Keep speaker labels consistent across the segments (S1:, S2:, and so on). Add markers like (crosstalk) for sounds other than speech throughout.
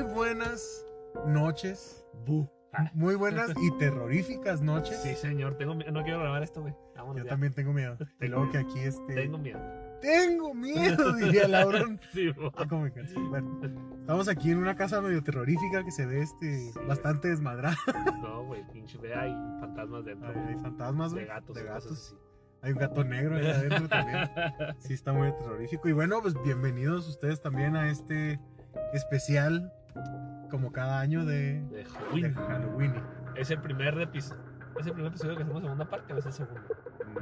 S1: buenas noches.
S2: Bu. Ah.
S1: Muy buenas y terroríficas noches.
S2: Sí, señor, tengo miedo. No quiero grabar esto, güey. Vámonos
S1: Yo
S2: ya.
S1: también tengo miedo. De luego que aquí este.
S2: Tengo miedo. (laughs)
S1: Tengo miedo, diría Laurón.
S2: Sí, bo.
S1: Ah, cómo me canso. Bueno, estamos aquí en una casa medio terrorífica que se ve este
S2: Sí, güey.
S1: bastante desmadrada.
S2: No, güey, pinche vea y fantasmas dentro. güey.
S1: Hay fantasmas,
S2: de
S1: güey,
S2: gatos.
S1: De
S2: y cosas
S1: gatos.
S2: así.
S1: Hay un gato negro ahí adentro también. Sí, está muy terrorífico. Y bueno, pues bienvenidos ustedes también a este especial, como cada año, de,
S2: (laughs) De
S1: de
S2: Halloween.
S1: Halloween.
S2: Es el primer episodio. Es el primer episodio que hacemos segunda parte o es el segundo.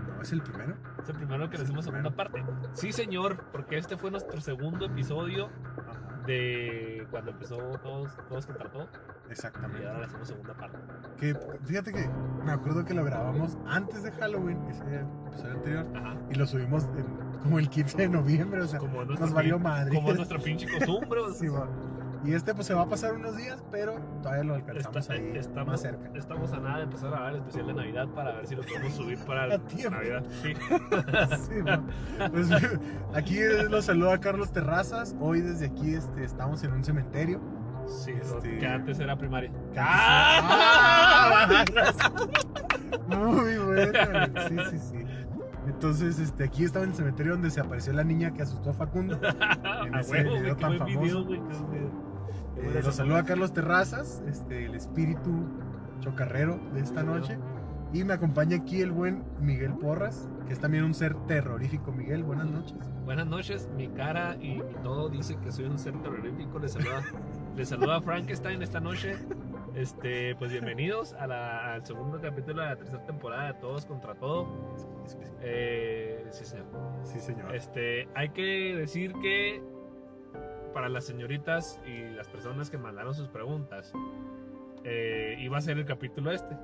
S1: ¿No es el primero?
S2: Es el primero que
S1: Es el
S2: le hacemos segunda parte. Sí, señor, porque este fue nuestro segundo episodio
S1: Ajá,
S2: de cuando empezó todos, todos contra todo. Y ahora
S1: exactamente.
S2: le hacemos segunda parte.
S1: Que, fíjate que me acuerdo que lo grabamos antes de Halloween, ese episodio anterior,
S2: Ajá.
S1: y lo subimos en- como el 15 de noviembre, o sea,
S2: Como
S1: nos
S2: nuestro,
S1: valió
S2: pin-
S1: madre.
S2: como nuestra pinche costumbre. o
S1: (laughs)
S2: sea,
S1: Sí, va. y este pues se va a pasar unos días, pero todavía lo alcanzamos
S2: Está-
S1: ahí
S2: estamos-
S1: más cerca. (laughs)
S2: Estamos a nada de empezar a grabar el especial de Navidad para ver si lo podemos subir
S1: (laughs)
S2: para
S1: A tiempo.
S2: Navidad. Sí.
S1: Sí, va. Pues, (laughs) aquí los saluda Carlos Terrazas. Hoy desde aquí este, estamos en un cementerio.
S2: Sí,
S1: Este-
S2: que antes era primaria.
S1: ¡Ah!
S2: ¡Ah!
S1: Muy bueno. Sí, sí, sí. Entonces, este, aquí estaba en el cementerio donde se apareció la niña que asustó a Facundo. En
S2: (laughs) A
S1: ese
S2: huevo,
S1: video
S2: güey, qué
S1: tan
S2: buen video,
S1: famoso.
S2: güey. qué buen
S1: Eh,
S2: video.
S1: los saluda Carlos Terrazas, este, el espíritu chocarrero de esta noche. Y me acompaña aquí el buen Miguel Porras, que es también un ser terrorífico. Miguel, buenas noches.
S2: Buenas noches, mi cara y mi todo dice que soy un ser terrorífico. Les saluda, les saluda Frankenstein esta noche. Este, pues bienvenidos a la- al segundo capítulo de la tercera temporada de Todos contra Todo. Eh, sí, señor.
S1: Sí, señor.
S2: Este, hay que decir que para las señoritas y las personas que mandaron sus preguntas, eh, iba a ser el capítulo este.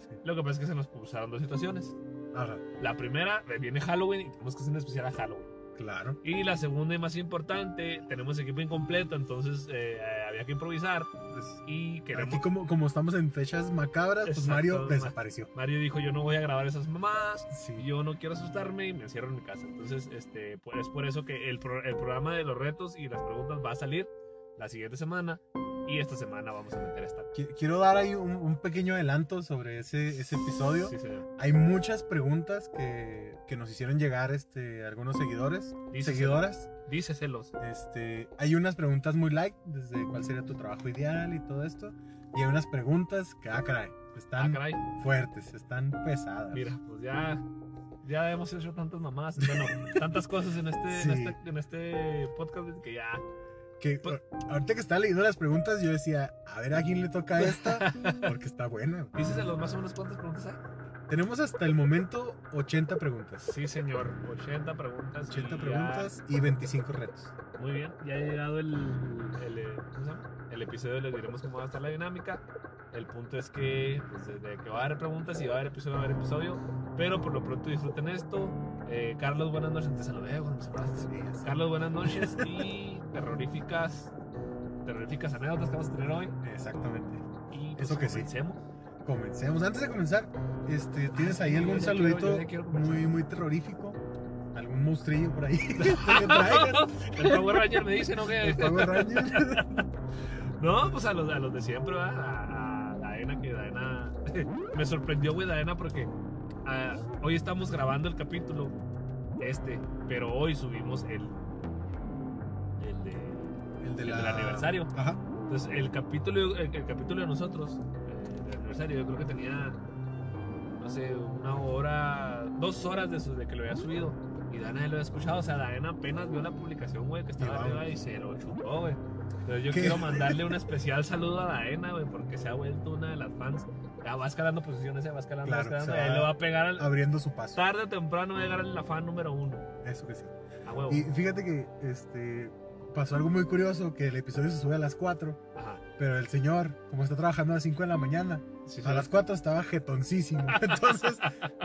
S1: Sí.
S2: Lo que pasa es que se nos pulsaron dos situaciones.
S1: Ajá,
S2: La primera, eh, viene Halloween y tenemos que hacer un especial a Halloween.
S1: claro.
S2: Y la segunda y más importante, tenemos equipo incompleto, entonces eh, eh, había que improvisar
S1: Pues,
S2: y queremos...
S1: aquí como, como estamos en fechas macabras, pues
S2: Exacto,
S1: Mario
S2: ma-
S1: desapareció.
S2: Mario dijo, yo no voy a grabar esas mamadas,
S1: Sí.
S2: y yo no quiero asustarme y me encierro en mi casa. Entonces, este, pues, es por eso que el, pro- el programa de los retos y las preguntas va a salir la siguiente semana. Y esta semana vamos a meter esta.
S1: Qui- Quiero dar ahí un, un pequeño adelanto sobre ese, ese episodio.
S2: Sí, señor.
S1: Hay muchas preguntas que, que nos hicieron llegar este, algunos seguidores,
S2: Díceselos.
S1: seguidoras.
S2: Díceselos.
S1: Este, hay unas preguntas muy like, desde cuál sería tu trabajo ideal y todo esto. Y hay unas preguntas que, ah, caray,
S2: Ah,
S1: están
S2: caray.
S1: fuertes, están pesadas.
S2: Mira, pues ya. Ya hemos hecho tantas mamadas,
S1: (laughs)
S2: bueno, tantas cosas en este, en
S1: Sí.
S2: este, en este podcast que ya.
S1: Que,
S2: Pues-
S1: ahorita que estaba leyendo las preguntas, yo decía, a ver a quién le toca
S2: (laughs)
S1: esta, porque está buena.
S2: Díceselos más o menos cuántas preguntas hay.
S1: Tenemos hasta el momento 80 preguntas.
S2: Sí, señor. 80 preguntas. y
S1: 80
S2: ya-
S1: preguntas y 25 retos.
S2: Muy bien, ya ha llegado el, el, eh, ¿cómo se llama? el episodio, les diremos cómo va a estar la dinámica. El punto es que, pues, desde que va a haber preguntas y va a haber episodio, va a haber episodio. Pero por lo pronto disfruten esto. Eh, Carlos, buenas noches, te saludé cuando me saludaste.
S1: Sí, así.
S2: Carlos, buenas noches
S1: (laughs)
S2: y terroríficas, terroríficas anécdotas que vamos a tener hoy.
S1: Exactamente.
S2: Y pues,
S1: Eso que sí.
S2: comencemos.
S1: Comencemos. Antes de comenzar, este, ¿tienes
S2: Ah,
S1: ahí
S2: sí,
S1: algún
S2: yo ya quiero-
S1: saludito
S2: yo ya quiero comenzar.
S1: muy, muy terrorífico? ¿Algún monstrillo por ahí (laughs) que
S2: (laughs)
S1: traigas?
S2: El Power Ranger me dice, ¿no? Que-
S1: ¿El Power Ranger?
S2: No, pues a los, a los de siempre, ¿verdad? A, a Daena, que Daena. (laughs) me sorprendió, güey, Daena, porque ah, hoy estamos grabando el capítulo este, pero hoy subimos el. El de.
S1: El
S2: El del aniversario.
S1: Ajá.
S2: Entonces, el capítulo, el, el capítulo de nosotros, eh, del aniversario, yo creo que tenía. No sé, una hora. Dos horas de, su- de que lo había subido. Y Daena ya lo había escuchado. O sea, Daena apenas vio la publicación, güey, que
S1: Y
S2: estaba
S1: vamos.
S2: arriba y se lo chupó, güey. Entonces yo
S1: ¿Qué?
S2: quiero mandarle un especial saludo a Daena, güey, porque se ha vuelto una de las fans. Ya va escalando posiciones, ya va escalando,
S1: Claro,
S2: va escalando.
S1: se va-
S2: Ahí le va a pegar al-
S1: Abriendo su paso.
S2: tarde o temprano, va a llegar a la fan número uno.
S1: Eso que sí.
S2: A huevo.
S1: Y fíjate que este, pasó algo muy curioso, que el episodio se sube a las 4,
S2: Ajá.
S1: pero el señor, como está trabajando a las 5 de la mañana,
S2: Sí,
S1: a
S2: sí.
S1: las 4 estaba jetoncísimo. (laughs) Entonces,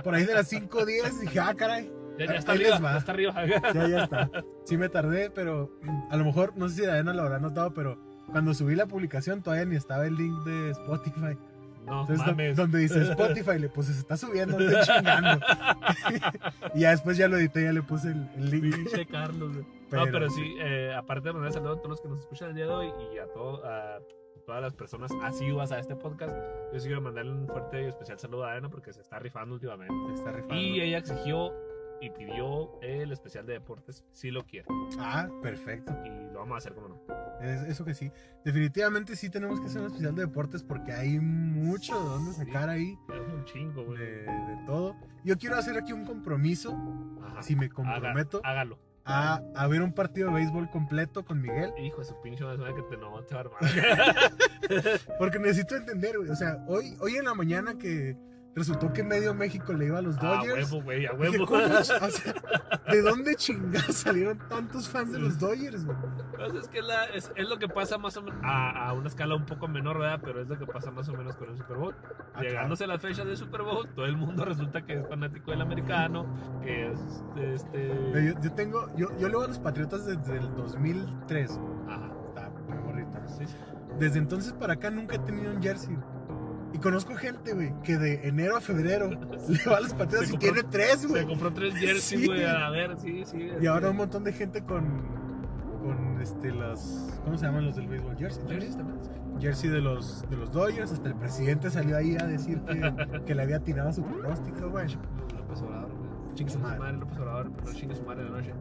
S1: por ahí de las 5.10 dije, ah, caray,
S2: Ya, ya está
S1: ahí les
S2: arriba,
S1: va.
S2: ya está arriba. (laughs)
S1: Ya, ya está. Sí me tardé, pero mm, a lo mejor, no sé si Diana lo habrá notado, pero cuando subí la publicación todavía ni estaba el link de Spotify.
S2: No,
S1: Entonces, do-
S2: mames.
S1: donde dice Spotify, le puse, se está subiendo, estoy
S2: (laughs)
S1: chingando. (laughs) y ya después ya lo edité, ya le puse el, el link.
S2: Pinche Carlos, güey. No, pero sí, eh, aparte de mandar saludos a todos los que nos escuchan el día de hoy y a todo, a, todas las personas asiduas a este podcast. Yo sí quiero mandarle un fuerte y especial saludo a Ana porque se está rifando últimamente.
S1: Se está rifando.
S2: Y eh, ella exigió y pidió el especial de deportes, si lo quiere.
S1: Ah, perfecto.
S2: Y lo vamos a hacer como no.
S1: Es- eso que sí. Definitivamente sí tenemos que hacer un especial de deportes porque hay mucho de dónde sacar ahí
S2: Es un chingo,
S1: de,
S2: güey.
S1: de todo. Yo quiero hacer aquí un compromiso,
S2: Ajá.
S1: si me
S2: Haga-
S1: comprometo,
S2: hágalo.
S1: a, a ver un partido de béisbol completo con Miguel.
S2: Hijo de su pinche madre que te no te
S1: (laughs)
S2: va a armar.
S1: Porque necesito entender, güey. O sea, hoy, hoy en la mañana que resultó que medio México le iba a los
S2: Ah,
S1: Dodgers.
S2: huevo,
S1: (laughs)
S2: güey, (laughs) a
S1: dije,
S2: huevo.
S1: "¿Cómo ch- o sea, ¿De dónde chingados salieron tantos fans de los Dodgers, güey?
S2: Pues es que la- es, es lo que pasa más o menos a, a una escala un poco menor, ¿verdad? Pero es lo que pasa más o menos con el Super Bowl.
S1: Ah,
S2: Llegándose la fecha del Super Bowl, todo el mundo resulta que es fanático del americano, que es
S1: Pero
S2: este.
S1: Yo, yo tengo, yo, yo le voy a los Patriotas desde el 2003.
S2: Ajá.
S1: Está muy morrito.
S2: Sí, sí.
S1: Desde entonces para acá nunca he tenido un jersey. güey. Y conozco gente, güey, que de enero a
S2: (laughs)
S1: febrero le va a los Patriotas
S2: Se
S1: y
S2: compró-
S1: tiene tres,
S2: pues, Se
S1: güey.
S2: compró tres
S1: Sí.
S2: jerseys, güey. A ver, sí, sí.
S1: Y
S2: este,
S1: ahora un montón de gente con, con este, las, ¿cómo se llaman los del béisbol? Jersey. ¿no?
S2: jerseys también, sí.
S1: Jersey de los, de los Dodgers. Hasta el presidente salió ahí a decir
S2: (laughs)
S1: que, que le había atinado su pronóstico, güey.
S2: López Obrador, güey.
S1: Chingue su madre.
S2: López Obrador, pero chingue su madre en la noche.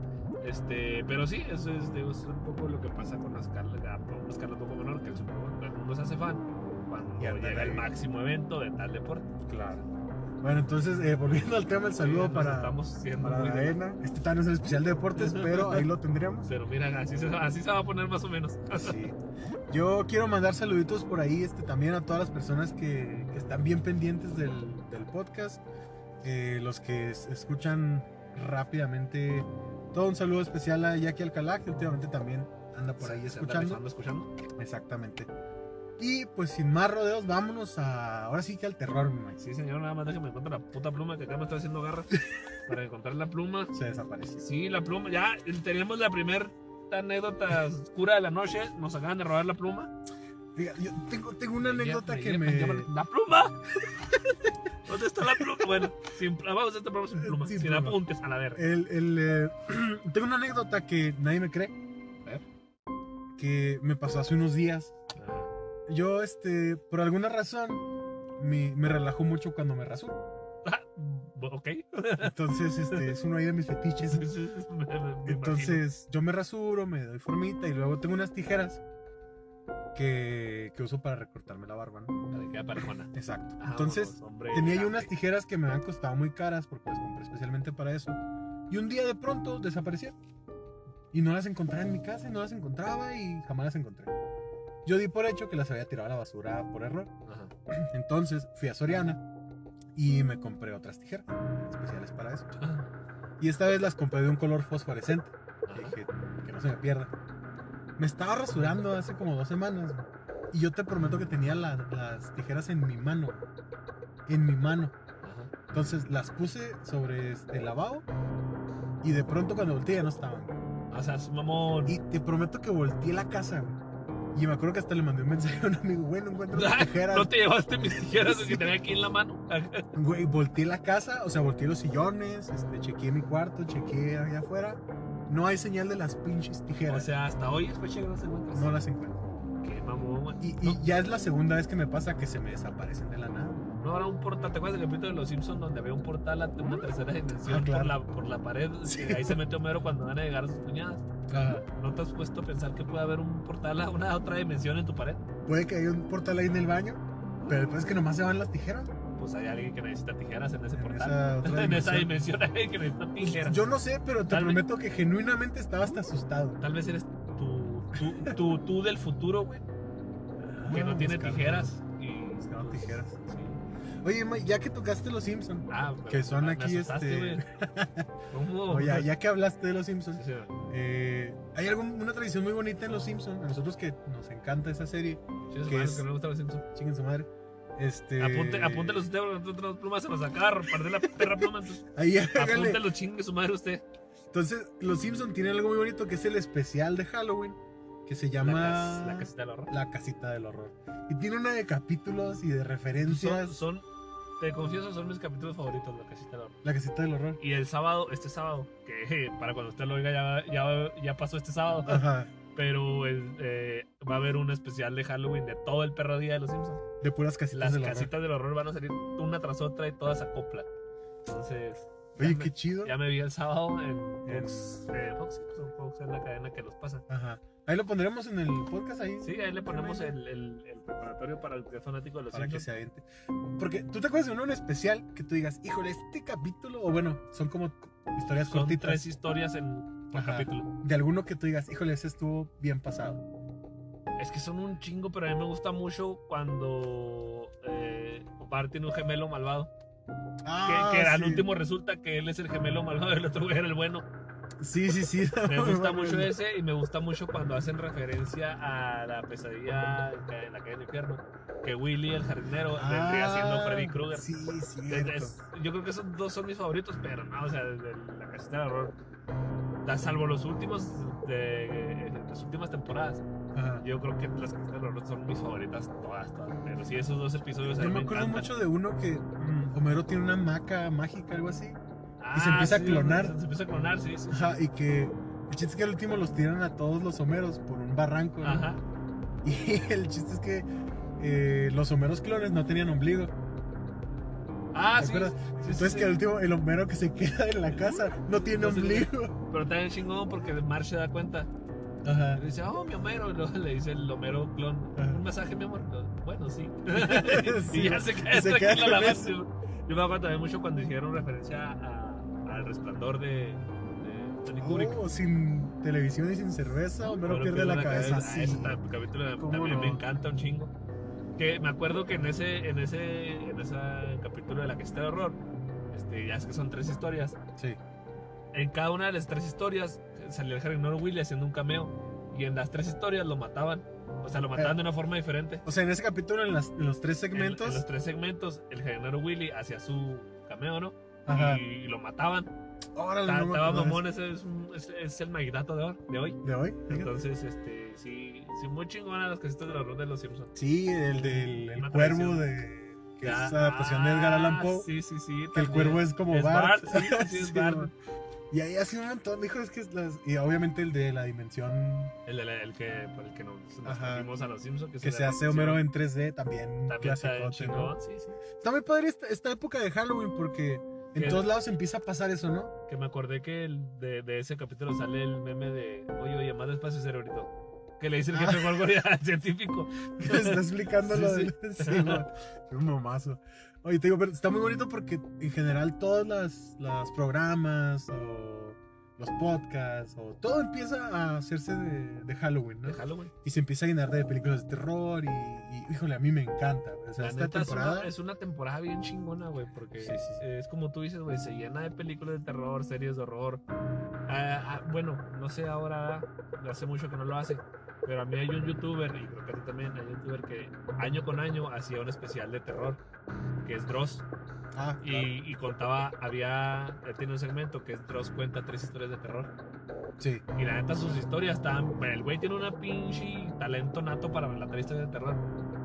S2: Este, pero sí, eso es, digo, es un poco lo que pasa con las escala, ya, con una escala un poco menor, que el Super Bowl, cuando uno se hace fan cuando
S1: Y andan
S2: llega el
S1: ahí.
S2: máximo evento de tal deporte. Claro.
S1: Bueno, entonces, eh, volviendo al tema, el saludo para,
S2: Estamos siendo
S1: para
S2: muy
S1: la ENA. Este tal no es el especial de
S2: (laughs)
S1: deportes, pero ahí lo tendríamos.
S2: Pero mira, así se, así se va a poner más o menos.
S1: Sí. Yo quiero mandar saluditos por ahí este, también a todas las personas que, que están bien pendientes del, del podcast, eh, los que es- escuchan rápidamente. Todo un saludo especial a Jackie Alcalá, que últimamente también anda por ahí
S2: Se- se anda
S1: escuchando.
S2: rifando, escuchando.
S1: Exactamente. Y pues sin más rodeos, vámonos a. Ahora sí que al terror, mi maíz.
S2: Sí, señor, nada más déjame encontrar la puta pluma que acá me está haciendo
S1: (laughs)
S2: garra para encontrar la pluma.
S1: Se desaparece.
S2: Sí, la pluma. Ya tenemos la primera anécdota oscura de la noche. Nos acaban de robar la pluma.
S1: Diga, yo tengo, tengo una
S2: Me
S1: anécdota
S2: lle-
S1: que
S2: me
S1: me.
S2: lle- ¡La pluma!
S1: (laughs)
S2: ¿Dónde está la pluma? Bueno, sin, pl- vamos a este programa sin pluma.
S1: Sin
S2: Sin,
S1: pluma.
S2: apuntes, a la verga.
S1: El, el, eh, (clears throat) tengo una anécdota que nadie me cree.
S2: A ver.
S1: Que me pasó hace unos días.
S2: Ah,
S1: Yo, este, por alguna razón, me, me relajo mucho cuando me rasuro.
S2: Ah, bu- ok. (laughs)
S1: Entonces, este, es uno ahí de mis fetiches.
S2: Me- me- me imagino.
S1: Entonces, yo me rasuro, me doy formita y luego tengo unas tijeras que, que uso para recortarme la barba, ¿no?
S2: Para que quede parejona.
S1: Exacto.
S2: Vámonos,
S1: Entonces,
S2: hombre,
S1: tenía yo
S2: grande.
S1: unas tijeras que me habían costado muy caras porque las compré especialmente para eso. Y un día de pronto desaparecieron. Y no las encontraba en mi casa y no las encontraba y jamás las encontré. Yo di por hecho que las había tirado a la basura por error.
S2: Ajá.
S1: Entonces fui a Soriana y me compré otras tijeras especiales para eso.
S2: Ajá.
S1: Y esta vez las compré de un color fosforescente. Y dije, que no se me pierda. Me estaba rasurando hace como dos semanas. güey, Y yo te prometo que tenía la- las tijeras en mi mano. güey, En mi mano.
S2: Ajá.
S1: Entonces las puse sobre este lavabo. Y de pronto cuando volteé ya no estaban. güey.
S2: O sea, es mamón.
S1: Y te prometo que volteé la casa. güey. Y me acuerdo que hasta le mandé un mensaje a un amigo. Güey, no encuentro las tijeras.
S2: (laughs) ¿No te llevaste mis tijeras que tenía aquí en la mano?
S1: Güey, volteé la casa, o sea, volteé los sillones, este, chequeé mi cuarto, chequeé allá afuera. No hay señal de las pinches
S2: O
S1: tijeras.
S2: sea, hasta hoy es fecha que no se encuentras.
S1: no las encuentro.
S2: Qué mamón, güey.
S1: Y, y ya es la segunda vez que me pasa que se me desaparecen de la nada.
S2: No habrá un portal, ¿te acuerdas del capítulo de Los Simpsons donde había un portal a una tercera dimensión
S1: Ah, claro.
S2: por, la, por la pared?
S1: Sí.
S2: Que Ahí se mete Homero cuando van a llegar a sus cuñadas. ¿No te has puesto a pensar que puede haber un portal a una otra dimensión en tu pared?
S1: Puede que haya un portal ahí en el baño, pero después es que nomás se van las tijeras.
S2: Pues hay alguien que necesita tijeras en ese
S1: en
S2: portal.
S1: esa otra
S2: (laughs) en esa
S1: dimensión.
S2: dimensión hay alguien que necesita tijeras.
S1: Yo no sé, pero te
S2: Tal vez-
S1: prometo que genuinamente estaba hasta asustado.
S2: Tal vez eres tú, tú, tú, tú del futuro, güey, que no
S1: Ah,
S2: tiene
S1: buscando.
S2: tijeras. Y,
S1: Buscando
S2: pues,
S1: tijeras.
S2: sí.
S1: Oye, ma, ya que tocaste los Simpsons,
S2: Ah, pero
S1: Que son
S2: me
S1: aquí,
S2: asustaste,
S1: este-
S2: güey.
S1: (laughs)
S2: ¿Cómo?
S1: ya, ya que hablaste de los Simpsons,
S2: Sí, señor.
S1: Eh, hay algún- una tradición muy bonita en Los Simpsons. A nosotros que nos encanta esa serie.
S2: Sí, es
S1: ¿Qué
S2: malo
S1: es?
S2: que no le gusta los Simpsons.
S1: Chinguen su madre. Este,
S2: Apunte, apúntelo usted, porque nosotros las plumas se nos sacaron, perder la perra pluma, entonces
S1: Ahí (laughs) hágale.
S2: apúntelo, chingue su madre usted.
S1: Entonces, Los Simpsons tienen algo muy bonito que es el especial de Halloween. Que se
S2: La,
S1: llama
S2: cas- la casita del horror.
S1: La Casita del Horror. Y tiene una de capítulos y de
S2: Son,
S1: referencias.
S2: son- te confieso, son mis capítulos favoritos, la casita del horror.
S1: La Casita del Horror.
S2: Y el sábado, este sábado, que je, para cuando usted lo oiga ya, ya, ya pasó este sábado,
S1: Ajá.
S2: Pero el, eh, va a haber un especial de Halloween de todo el perro día de los Simpsons.
S1: De puras casitas
S2: Las
S1: de la
S2: casitas del horror van a salir una tras otra y todas a copla. Entonces,
S1: Oye,
S2: ya
S1: qué chido.
S2: me, ya me vi el sábado en Fox. eh, Fox, Fox, Fox es la cadena que los pasa.
S1: Ajá. Ahí lo pondremos en el podcast ahí.
S2: Sí, ahí le ponemos el, el- el preparatorio para el que es fanático de los
S1: Para que
S2: Simpsons.
S1: se aviente. Porque tú te acuerdas de uno en especial que tú digas, híjole, este capítulo, o bueno, son como historias
S2: Son
S1: cortitas.
S2: tres historias en por
S1: Ajá.
S2: capítulo.
S1: De alguno que tú digas, híjole, ese estuvo bien pasado.
S2: Es que son un chingo, pero a mí me gusta mucho cuando eh, Bart tiene un gemelo malvado. Que, que al
S1: Ah, sí.
S2: último resulta que él es el gemelo malvado y el otro güey era el bueno.
S1: Sí, sí, sí.
S2: (laughs)
S1: (laughs)
S2: Me gusta mucho ese y me gusta mucho cuando hacen referencia a la pesadilla en la calle del infierno. Que Willy, el jardinero, vendría siendo Freddy Krueger.
S1: Ah, Sí,
S2: (laughs) Es-
S1: cierto.
S2: es- yo creo que esos dos son mis favoritos, pero no, o sea, de, de la casita del horror. da- Salvo los últimos de, de eh, las últimas temporadas,
S1: Ajá.
S2: yo creo que las casitas del horror son mis favoritas todas, todas. Pero sí, esos dos episodios. a
S1: Yo
S2: mí
S1: me acuerdo
S2: encantan.
S1: mucho de uno que mm, Homero tiene una maca mágica, algo así.
S2: Ah,
S1: y se empieza a
S2: sí,
S1: clonar.
S2: Se, se empieza a clonar, sí, sí.
S1: Ajá, y que el chiste es que al último los tiran a todos los Homeros por un barranco. ¿no?
S2: Ajá.
S1: Y (laughs) el chiste es que eh, los Homeros clones no tenían ombligo.
S2: Ah,
S1: ¿Te
S2: sí.
S1: acuerdas?
S2: sí, sí,
S1: Entonces
S2: sí.
S1: que al último el Homero que se (laughs) queda en la casa no tiene
S2: No se le-
S1: ombligo.
S2: Pero también chingón porque Marsh se da cuenta.
S1: Ajá.
S2: Le dice, oh, mi Homero. Y luego le dice el Homero clon,
S1: Ajá.
S2: un masaje, mi amor.
S1: (laughs)
S2: Bueno, sí.
S1: Sí,
S2: y ya se
S1: y
S2: queda
S1: se queda
S2: tranquilo la
S1: con
S2: base. Yo me acuerdo también mucho cuando hicieron referencia a- al resplandor de, de Tony Kubrick.
S1: Oh, sin televisión y sin cerveza, Homero
S2: Pero
S1: pierde la cabeza.
S2: Ah,
S1: Sí.
S2: ese tam- capítulo
S1: ¿Cómo
S2: también
S1: no?
S2: me encanta un chingo. Que me acuerdo que en ese, en ese, en ese capítulo de la que está de horror, este, ya es que son tres historias.
S1: Sí.
S2: En cada una de las tres historias salía el jardinero Willy haciendo un cameo. Y en las tres historias lo mataban. O sea, lo mataban
S1: Eh,
S2: de una forma diferente.
S1: O sea, en ese capítulo, en, las- en los tres
S2: En, en
S1: segmentos,
S2: los tres segmentos, el jardinero Willy hacía su cameo, ¿no?
S1: Ajá.
S2: Y lo mataban.
S1: órale,
S2: Ta-
S1: no me
S2: Estaba
S1: acordaba
S2: mamón, ese es, un- es- es el maguidato de, ahora- de hoy.
S1: de hoy. fíjate.
S2: Entonces, este, sí, sí, muy chingona las casitas del horror de los Simpsons.
S1: Sí, el del el
S2: Una
S1: cuervo
S2: tradición.
S1: de. Que
S2: Ya-
S1: es adaptación de Edgar Allan
S2: ah,
S1: Poe.
S2: Sí, sí, sí.
S1: que el
S2: también.
S1: cuervo es como
S2: Es
S1: Bart.
S2: Bart, sí,
S1: (laughs)
S2: sí, es Bart.
S1: man. Y ahí hace un montón, dijo, es que es las... Y obviamente el de la dimensión
S2: El, de la- el que, por el que nos, nos
S1: Ajá.
S2: trajimos a los Simpsons. Que,
S1: que
S2: Pues la
S1: se hace
S2: versión
S1: Homero en 3D, también,
S2: También está
S1: clásico.
S2: bien chingón, sí, sí.
S1: Está muy padre esta, esta época de Halloween porque en
S2: Que-
S1: todos lados empieza a pasar eso, ¿no? (laughs)
S2: (laughs) Que me acordé que el- de, de ese capítulo sale el meme de, oye, oye, más despacio cerebrito. Que le dice el jefe
S1: Ah.
S2: Gorgory
S1: (laughs)
S2: al (laughs) científico.
S1: que le está explicando
S2: Sí,
S1: lo del- (laughs) sí, güey. Qué mamazo. Oye, te digo, pero está muy bonito porque en general todos los las programas o los podcasts o todo empieza a hacerse de, de Halloween, ¿no?
S2: De Halloween.
S1: Y se empieza a llenar de películas de terror y, y, híjole, a mí me encanta. güey. O sea,
S2: La
S1: esta
S2: neta es una,
S1: temporada...
S2: es una temporada bien chingona, güey, porque
S1: Sí, sí, sí.
S2: eh, es como tú dices, güey, se llena de películas de terror, series de horror. Ah, ah, bueno, no sé ahora, hace mucho que no lo hace, pero a mí hay un youtuber, y creo que a ti también, hay un youtuber que año con año hacía un especial de terror, que es Dross,
S1: Ah,
S2: y, y contaba, había, él tiene un segmento que es Dross cuenta tres historias de terror,
S1: claro. Sí,
S2: y la neta sus historias estaban, bueno, el güey tiene una pinche talento nato para relatar historias de terror.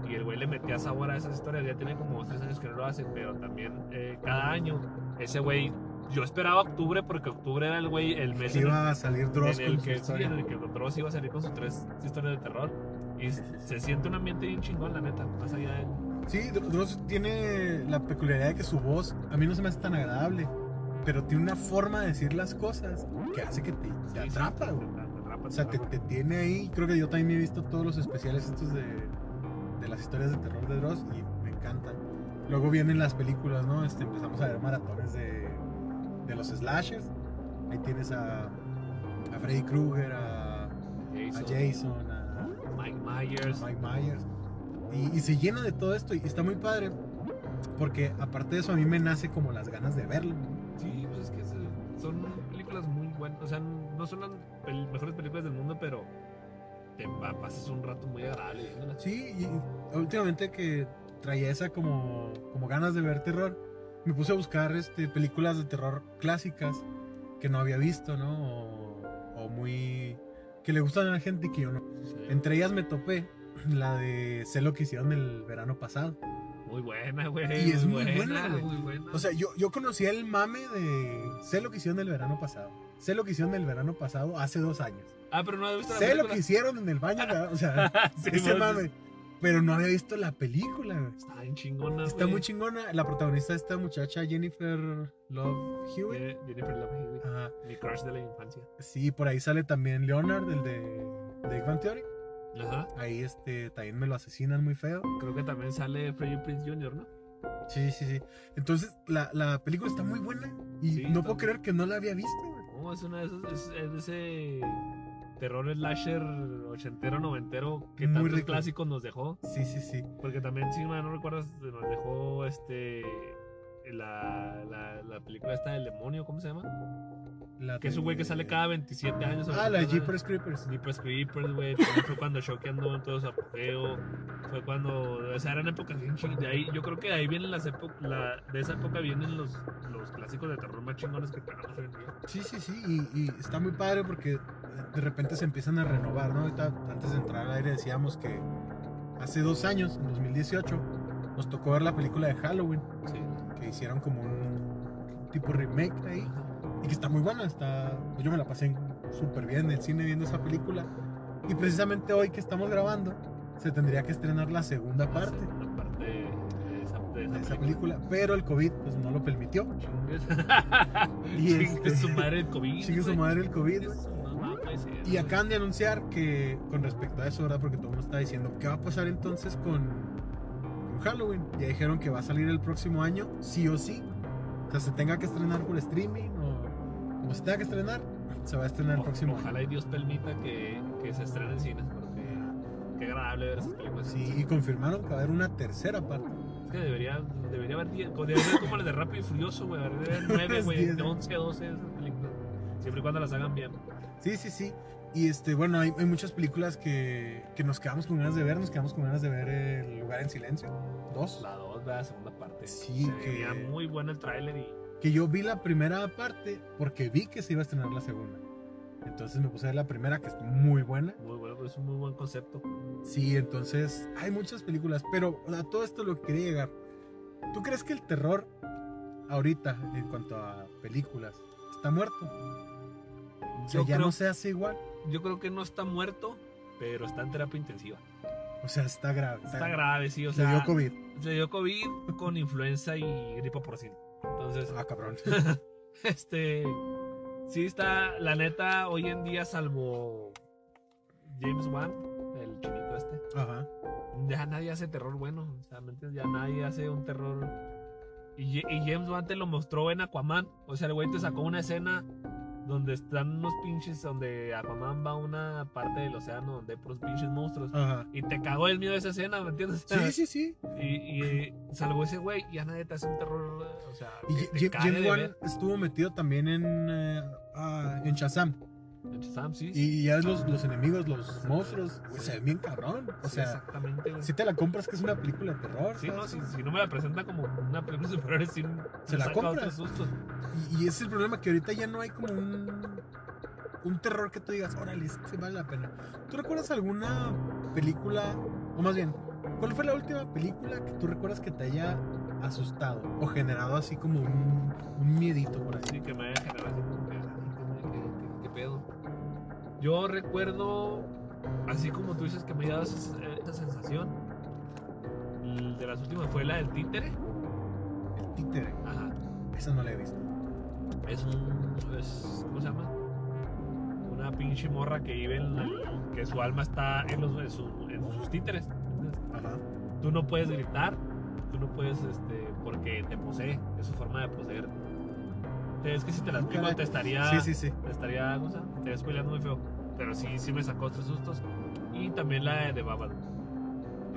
S2: Y el güey le metía sabor a esas historias. Ya tiene como tres años que no lo hace, pero también eh, cada año ese güey. Yo esperaba octubre porque octubre era el güey el mes
S1: que
S2: en el-
S1: iba a salir Dross con
S2: en el
S1: su
S2: que sí,
S1: historia.
S2: en el que Dross iba a salir con sus tres historias de terror. Y
S1: Sí, sí, sí.
S2: se siente un ambiente bien chingón, la neta. Más allá de
S1: Sí, Dr- Dross tiene la peculiaridad de que su voz a mí no se me hace tan agradable, pero tiene una forma de decir las cosas que hace que te, te
S2: sí, sí,
S1: atrapa,
S2: te-
S1: güey.
S2: te- te atrapa,
S1: O sea,
S2: te
S1: te,
S2: atrapa.
S1: te tiene ahí. Creo que yo también he visto todos los especiales estos de, de las historias de terror de Dross y me encantan. Luego vienen las películas, ¿no? Este, empezamos a ver maratones de, de los slashers. Ahí tienes a, a Freddy Krueger, a, a
S2: Jason,
S1: Jason, a
S2: Mike Myers.
S1: Mike Myers. Y, y se llena de todo esto y está muy padre. Porque aparte de eso, a mí me nace como las ganas de verlo.
S2: Sí, pues es que se- son películas muy buenas. O sea, no son las pel- mejores películas del mundo, pero te pa- pasas un rato muy agradable viéndolas.
S1: Sí, y últimamente que traía esa como, como ganas de ver terror, me puse a buscar este, películas de terror clásicas que no había visto, ¿no? O, o muy. que le gustan a la gente y que yo no.
S2: Sí,
S1: Entre ellas me topé (clears throat) la de Sé lo que hicieron el verano pasado.
S2: Muy buena, güey.
S1: Y es muy buena, güey.
S2: muy buena.
S1: O sea, yo, yo conocía el mame de Sé lo que hicieron el verano pasado. sé lo que hicieron el verano pasado hace dos años.
S2: Ah, pero no has visto la
S1: Sé lo
S2: (laughs) película.
S1: que hicieron en el baño, ¿verdad? o sea,
S2: (laughs)
S1: (laughs)
S2: Sí,
S1: ese
S2: no,
S1: mame. Pero no había visto la película, güey.
S2: Está bien chingona.
S1: Está
S2: güey.
S1: muy chingona. La protagonista es esta muchacha, Jennifer Love Hewitt.
S2: Je- Jennifer Love Hewitt,
S1: Ajá.
S2: mi crush de la infancia.
S1: Sí, por ahí sale también Leonard, el de, de Big Bang Theory.
S2: Ajá.
S1: Ahí este, también me lo asesinan muy feo.
S2: Creo que también sale Freddie Prinze Jr., ¿no?
S1: Sí, sí, sí. Entonces, la, la película está muy buena. Y
S2: Sí,
S1: no
S2: está
S1: puedo
S2: muy-
S1: creer que no la había visto, güey.
S2: No, es una de esas, es, es de ese terror slasher ochentero, noventero que
S1: Muy
S2: tantos
S1: rico.
S2: clásicos nos dejó.
S1: Sí, sí, sí.
S2: Porque también, si mal no recuerdas, nos dejó este la, la, la película esta del demonio, ¿cómo se llama?
S1: La
S2: Que es un güey que sale
S1: de-
S2: cada 27 años. a
S1: Ah, la de
S2: presentar-
S1: Jeepers Creepers.
S2: Jeepers Creepers, güey. También fue cuando Shock andó en todo su apogeo. Fue cuando. O sea, eran épocas bien chingonas. De ahí, yo creo que de ahí vienen las épocas. de esa época vienen los, los clásicos de terror más chingones que tenemos hoy en día.
S1: Sí, sí, sí, y, y está muy padre porque eh, de repente se empiezan a renovar, ¿no? Ahorita, antes de entrar al aire decíamos que hace dos años, en 2018, nos tocó ver la película de Halloween,
S2: Sí.
S1: que hicieron como un tipo remake ahí, y que está muy buena, está... Yo me la pasé súper bien en el cine viendo esa película, y precisamente hoy que estamos grabando, se tendría que estrenar la segunda parte
S2: La parte de esa, de esa
S1: de esa película, pero el COVID pues no lo permitió. (laughs) Y
S2: Chingue
S1: este- (laughs)
S2: su madre el COVID.
S1: Sigue su
S2: güey.
S1: madre el COVID.
S2: Chingue su mamá, güey, sí,
S1: Y
S2: no,
S1: acaban de anunciar que, con respecto a eso, ¿verdad? Porque todo el mundo está diciendo, ¿qué va a pasar entonces con, con Halloween? Ya dijeron que va a salir el próximo año, sí o sí. O sea, se tenga que estrenar por streaming o como se tenga que estrenar, se va a estrenar el
S2: o-
S1: próximo año.
S2: Ojalá y Dios permita que, que se estrenen en cines. Porque qué agradable ver esas películas. en
S1: Sí, y confirmaron que va a haber una tercera parte.
S2: Es que debería, debería haber 10, o debería haber como las de Rápido y Furioso, güey, debería
S1: (laughs)
S2: haber 9, güey,
S1: Diez.
S2: de 11 a 12 esas películas. Siempre y cuando las hagan bien.
S1: Sí, sí, sí. Y este, bueno, hay, hay muchas películas que, que nos quedamos con ganas de ver. Nos quedamos con ganas de ver El Lugar en Silencio. Dos.
S2: La 2, la segunda parte.
S1: Sí,
S2: Se
S1: que-
S2: veía muy bueno el tráiler y
S1: que yo vi la primera parte porque vi que se iba a estrenar la segunda. Entonces me puse a ver la primera, que es muy buena.
S2: muy bueno, pero es un muy buen concepto.
S1: Sí, entonces hay muchas películas, pero a todo esto lo que quería llegar. ¿Tú crees que el terror ahorita, en cuanto a películas, está muerto? O sea,
S2: Yo
S1: ya
S2: creo-
S1: no se hace igual.
S2: Yo creo que no está muerto, pero está en terapia intensiva.
S1: O sea, está grave.
S2: Está grave, sí, o
S1: Se
S2: sea.
S1: dio COVID.
S2: le dio COVID con influenza y gripa porcina. Entonces,
S1: Ah,
S2: (laughs)
S1: cabrón.
S2: Este. Sí, está. La neta, hoy en día, salvo James Wan, el chinito este,
S1: Ajá.
S2: ya nadie hace terror bueno. O sea, ¿me entiendes? Ya nadie hace un terror. Y, Ye- y James Wan te lo mostró en Aquaman. O sea, el güey te sacó una escena donde están unos pinches. Donde Aquaman va a una parte del océano donde hay puros pinches monstruos.
S1: Ajá.
S2: Y te cagó el miedo de esa escena, ¿me entiendes?
S1: Sí, sí, sí.
S2: Y, y salvo ese güey, ya nadie te hace un terror. O sea,
S1: Y
S2: que te
S1: Ye-
S2: cague
S1: James
S2: de
S1: Wan
S2: ver.
S1: estuvo metido también en, eh, ah, en Shazam.
S2: Shazam, sí, sí.
S1: Y ya ves los, los enemigos, los monstruos, güey,
S2: Sí.
S1: se ven bien cabrón. O
S2: Sí,
S1: sea,
S2: exactamente, güey.
S1: si te la compras que es una película de terror.
S2: Sí, no,
S1: ¿sabes?
S2: si, si no me la presenta como una película de superhéroes, sí,
S1: Se
S2: me
S1: la
S2: saca
S1: compras.
S2: otro susto.
S1: y, y ese es el problema, que ahorita ya no hay como un, un terror que tú digas, órale, este vale la pena. ¿Tú recuerdas alguna película, o más bien, cuál fue la última película que tú recuerdas que te haya asustado o generado así como un, un miedito por así?
S2: Sí, que me haya generado así como que, ay, ¿qué- qué- qué- qué pedo. Yo recuerdo, así como tú dices que me ha dado esa, esa sensación, el de las últimas fue la del títere.
S1: El títere.
S2: Ajá.
S1: Esa no la he visto.
S2: Es un. Es, ¿Cómo se llama? Una pinche morra que vive en. la- que su alma está en, los, en, su- en sus títeres. ¿entiendes?
S1: Ajá.
S2: tú no puedes gritar, tú no puedes, este, porque te posee, es su forma de poseer. Es que si te las explico
S1: Ah, Caray.
S2: te estaría,
S1: Sí, sí, sí.
S2: te estaría, o sea, te estaría spoileando muy feo. Pero sí, sí me sacó tres sustos. Y también la de The Babadook.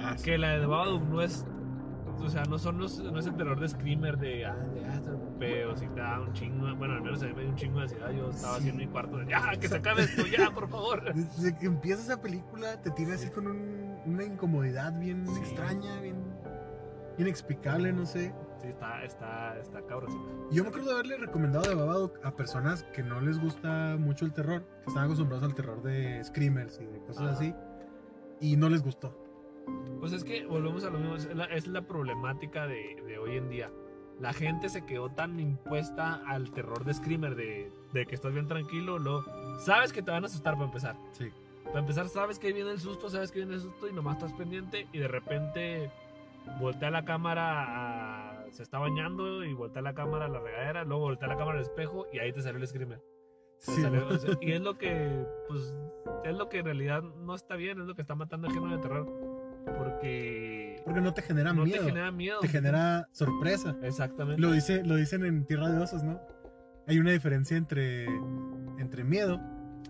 S1: Ah,
S2: Que la de The Babadook no es, o sea, no son los, no es el terror de screamer de, ah, de, ah, pero si te da un chingo, bueno, al menos a mí me dio un chingo de ansiedad. Yo estaba
S1: Sí.
S2: así en mi cuarto, de, ya, que se acabe esto, ya, por favor. (laughs)
S1: Desde que empieza esa película te tiene así con un- una incomodidad bien
S2: Sí.
S1: extraña, bien inexplicable, no sé.
S2: Sí, está, está, está cabrosita.
S1: Yo me acuerdo de haberle recomendado de Babadook a personas que no les gusta mucho el terror, que están acostumbrados al terror de screamers y de cosas
S2: Ajá.
S1: así, y no les gustó.
S2: Pues es que volvemos a lo mismo, es la, es la problemática de, de hoy en día. la gente se quedó tan impuesta al terror de Screamer, de, de que estás bien tranquilo, lo sabes que te van a asustar para empezar.
S1: Sí.
S2: Para empezar, sabes que viene el susto, sabes que viene el susto y nomás estás pendiente y de repente voltea la cámara a- Se está bañando y voltea la cámara a la regadera, luego voltea la cámara al espejo y ahí te salió el Screamer. Te
S1: Sí,
S2: salió- o sea, y es lo que, pues, es lo que en realidad no está bien, es lo que está matando el género de terror. Porque
S1: porque no te genera
S2: no
S1: miedo,
S2: te genera miedo.
S1: te genera sorpresa.
S2: Exactamente.
S1: Lo, dice, lo dicen en Tierra de Osos, ¿no? Hay una diferencia entre, entre miedo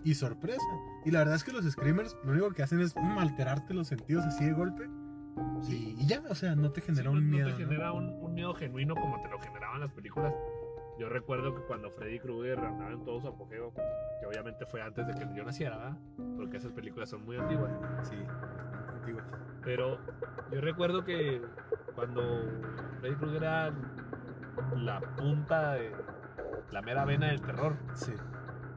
S1: y sorpresa. Y la verdad es que los screamers lo único que hacen es mm, alterarte los sentidos así de golpe.
S2: Sí.
S1: Y, y ya, o sea, no te genera
S2: Sí, no-
S1: un
S2: no
S1: miedo.
S2: te
S1: ¿no?
S2: genera un, un miedo genuino como te lo generaban las películas. Yo recuerdo que cuando Freddy Krueger andaba en todo su apogeo, que obviamente fue antes de que yo naciera, ¿verdad? Porque esas películas son muy antiguas.
S1: Sí, contigo.
S2: Pero yo recuerdo que cuando Freddy Krueger era la punta de la mera vena del terror,
S1: Sí,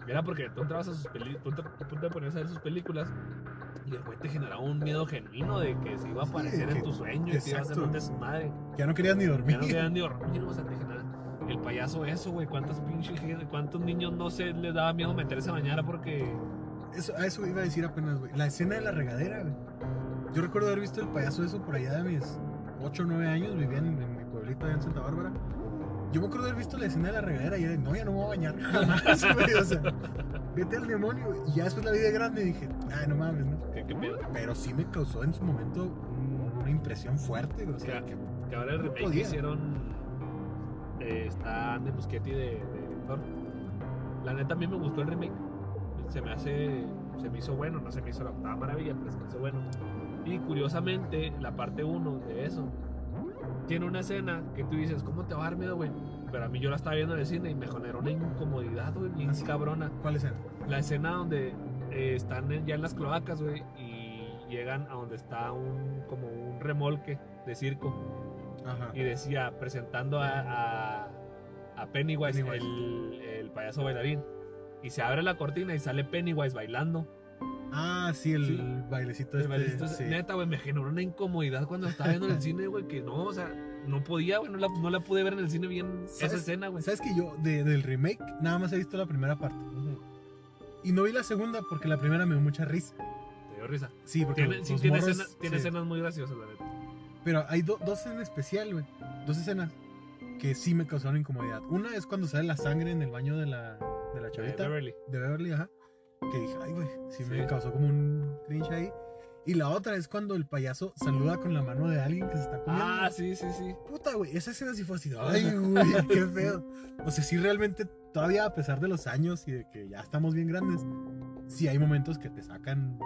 S2: era porque tú entrabas a sus películas, tú, te- tú te ponías a ver sus películas y después te generaba un miedo genuino de que se iba a
S1: Sí,
S2: aparecer
S1: que-
S2: en tu sueño y te iba a hacer
S1: exacto. (laughs)
S2: un desmadre.
S1: ya no querías ni dormir.
S2: Ya no quedan ni dormir, o sea, te genera- El payaso eso, güey, cuántas pinches gente- cuántos niños no se les daba miedo meterse a bañar porque
S1: Eso, a eso iba a decir apenas, güey. La escena de la regadera, güey. Yo recuerdo haber visto el payaso eso por allá de mis 8 o 9 años. Vivía en, en mi pueblito allá en Santa Bárbara. Yo me acuerdo haber visto la escena de la regadera y era, de, no, ya no me voy a bañar jamás, (laughs) güey. O sea, vete al demonio. güey. Y ya después la vida grande y dije, ay, no mames, ¿no?
S2: que, que pedo.
S1: Pero sí me causó en su momento un- una impresión fuerte, güey. O sea,
S2: Ya.
S1: que
S2: Que ahora el remake que
S1: podía.
S2: hicieron eh, está Andy Muschietti de, de director. La neta a mí me gustó el remake. Se me hace se me hizo bueno, no se me hizo la octava maravilla, pero se me hizo bueno. Y curiosamente, la parte 1 de eso tiene una escena que tú dices, ¿cómo te va a dar miedo, güey? Pero a mí yo la estaba viendo en el cine y me generó una incomodidad, güey, bien
S1: Así.
S2: cabrona.
S1: ¿cuál escena?
S2: la escena donde eh, están en- ya en las cloacas, güey, y llegan a donde está un como un remolque de circo
S1: Ajá.
S2: y decía presentando a, a, a Pennywise,
S1: Pennywise.
S2: El, el payaso bailarín. Y se abre la cortina y sale Pennywise bailando.
S1: Ah, sí, el
S2: Sí.
S1: bailecito
S2: El
S1: este.
S2: bailecito-
S1: sí.
S2: Neta, güey, me generó una incomodidad cuando estaba viendo en el cine, güey, que no, o sea, no podía, güey, no la, no la pude ver en el cine bien
S1: ¿Sabes?
S2: esa escena, güey.
S1: ¿Sabes que yo de- del remake nada más he visto la primera parte?
S2: Ujú,
S1: Y no vi la segunda porque la primera me dio mucha risa.
S2: Te dio risa.
S1: Sí, porque
S2: Tiene,
S1: los
S2: sí, tiene,
S1: morros-
S2: escena- tiene
S1: sí.
S2: escenas muy graciosas, la neta. Eh,
S1: Pero hay do- dos en especial, güey. Dos escenas que sí me causaron incomodidad. Una es cuando sale la sangre en el baño de la, de la
S2: De
S1: chavita, de Beverly.
S2: Beverly.
S1: ajá. Que dije, ay, güey, sí, me
S2: Sí.
S1: causó como un cringe ahí. Y la otra es cuando el payaso saluda con la mano de alguien que se está comiendo.
S2: Ah, sí, sí, sí.
S1: puta, güey. Esa escena sí fue así. Ay, güey, (laughs) qué feo. O sea, sí, realmente, todavía a pesar de los años y de que ya estamos bien grandes, sí hay momentos que te sacan,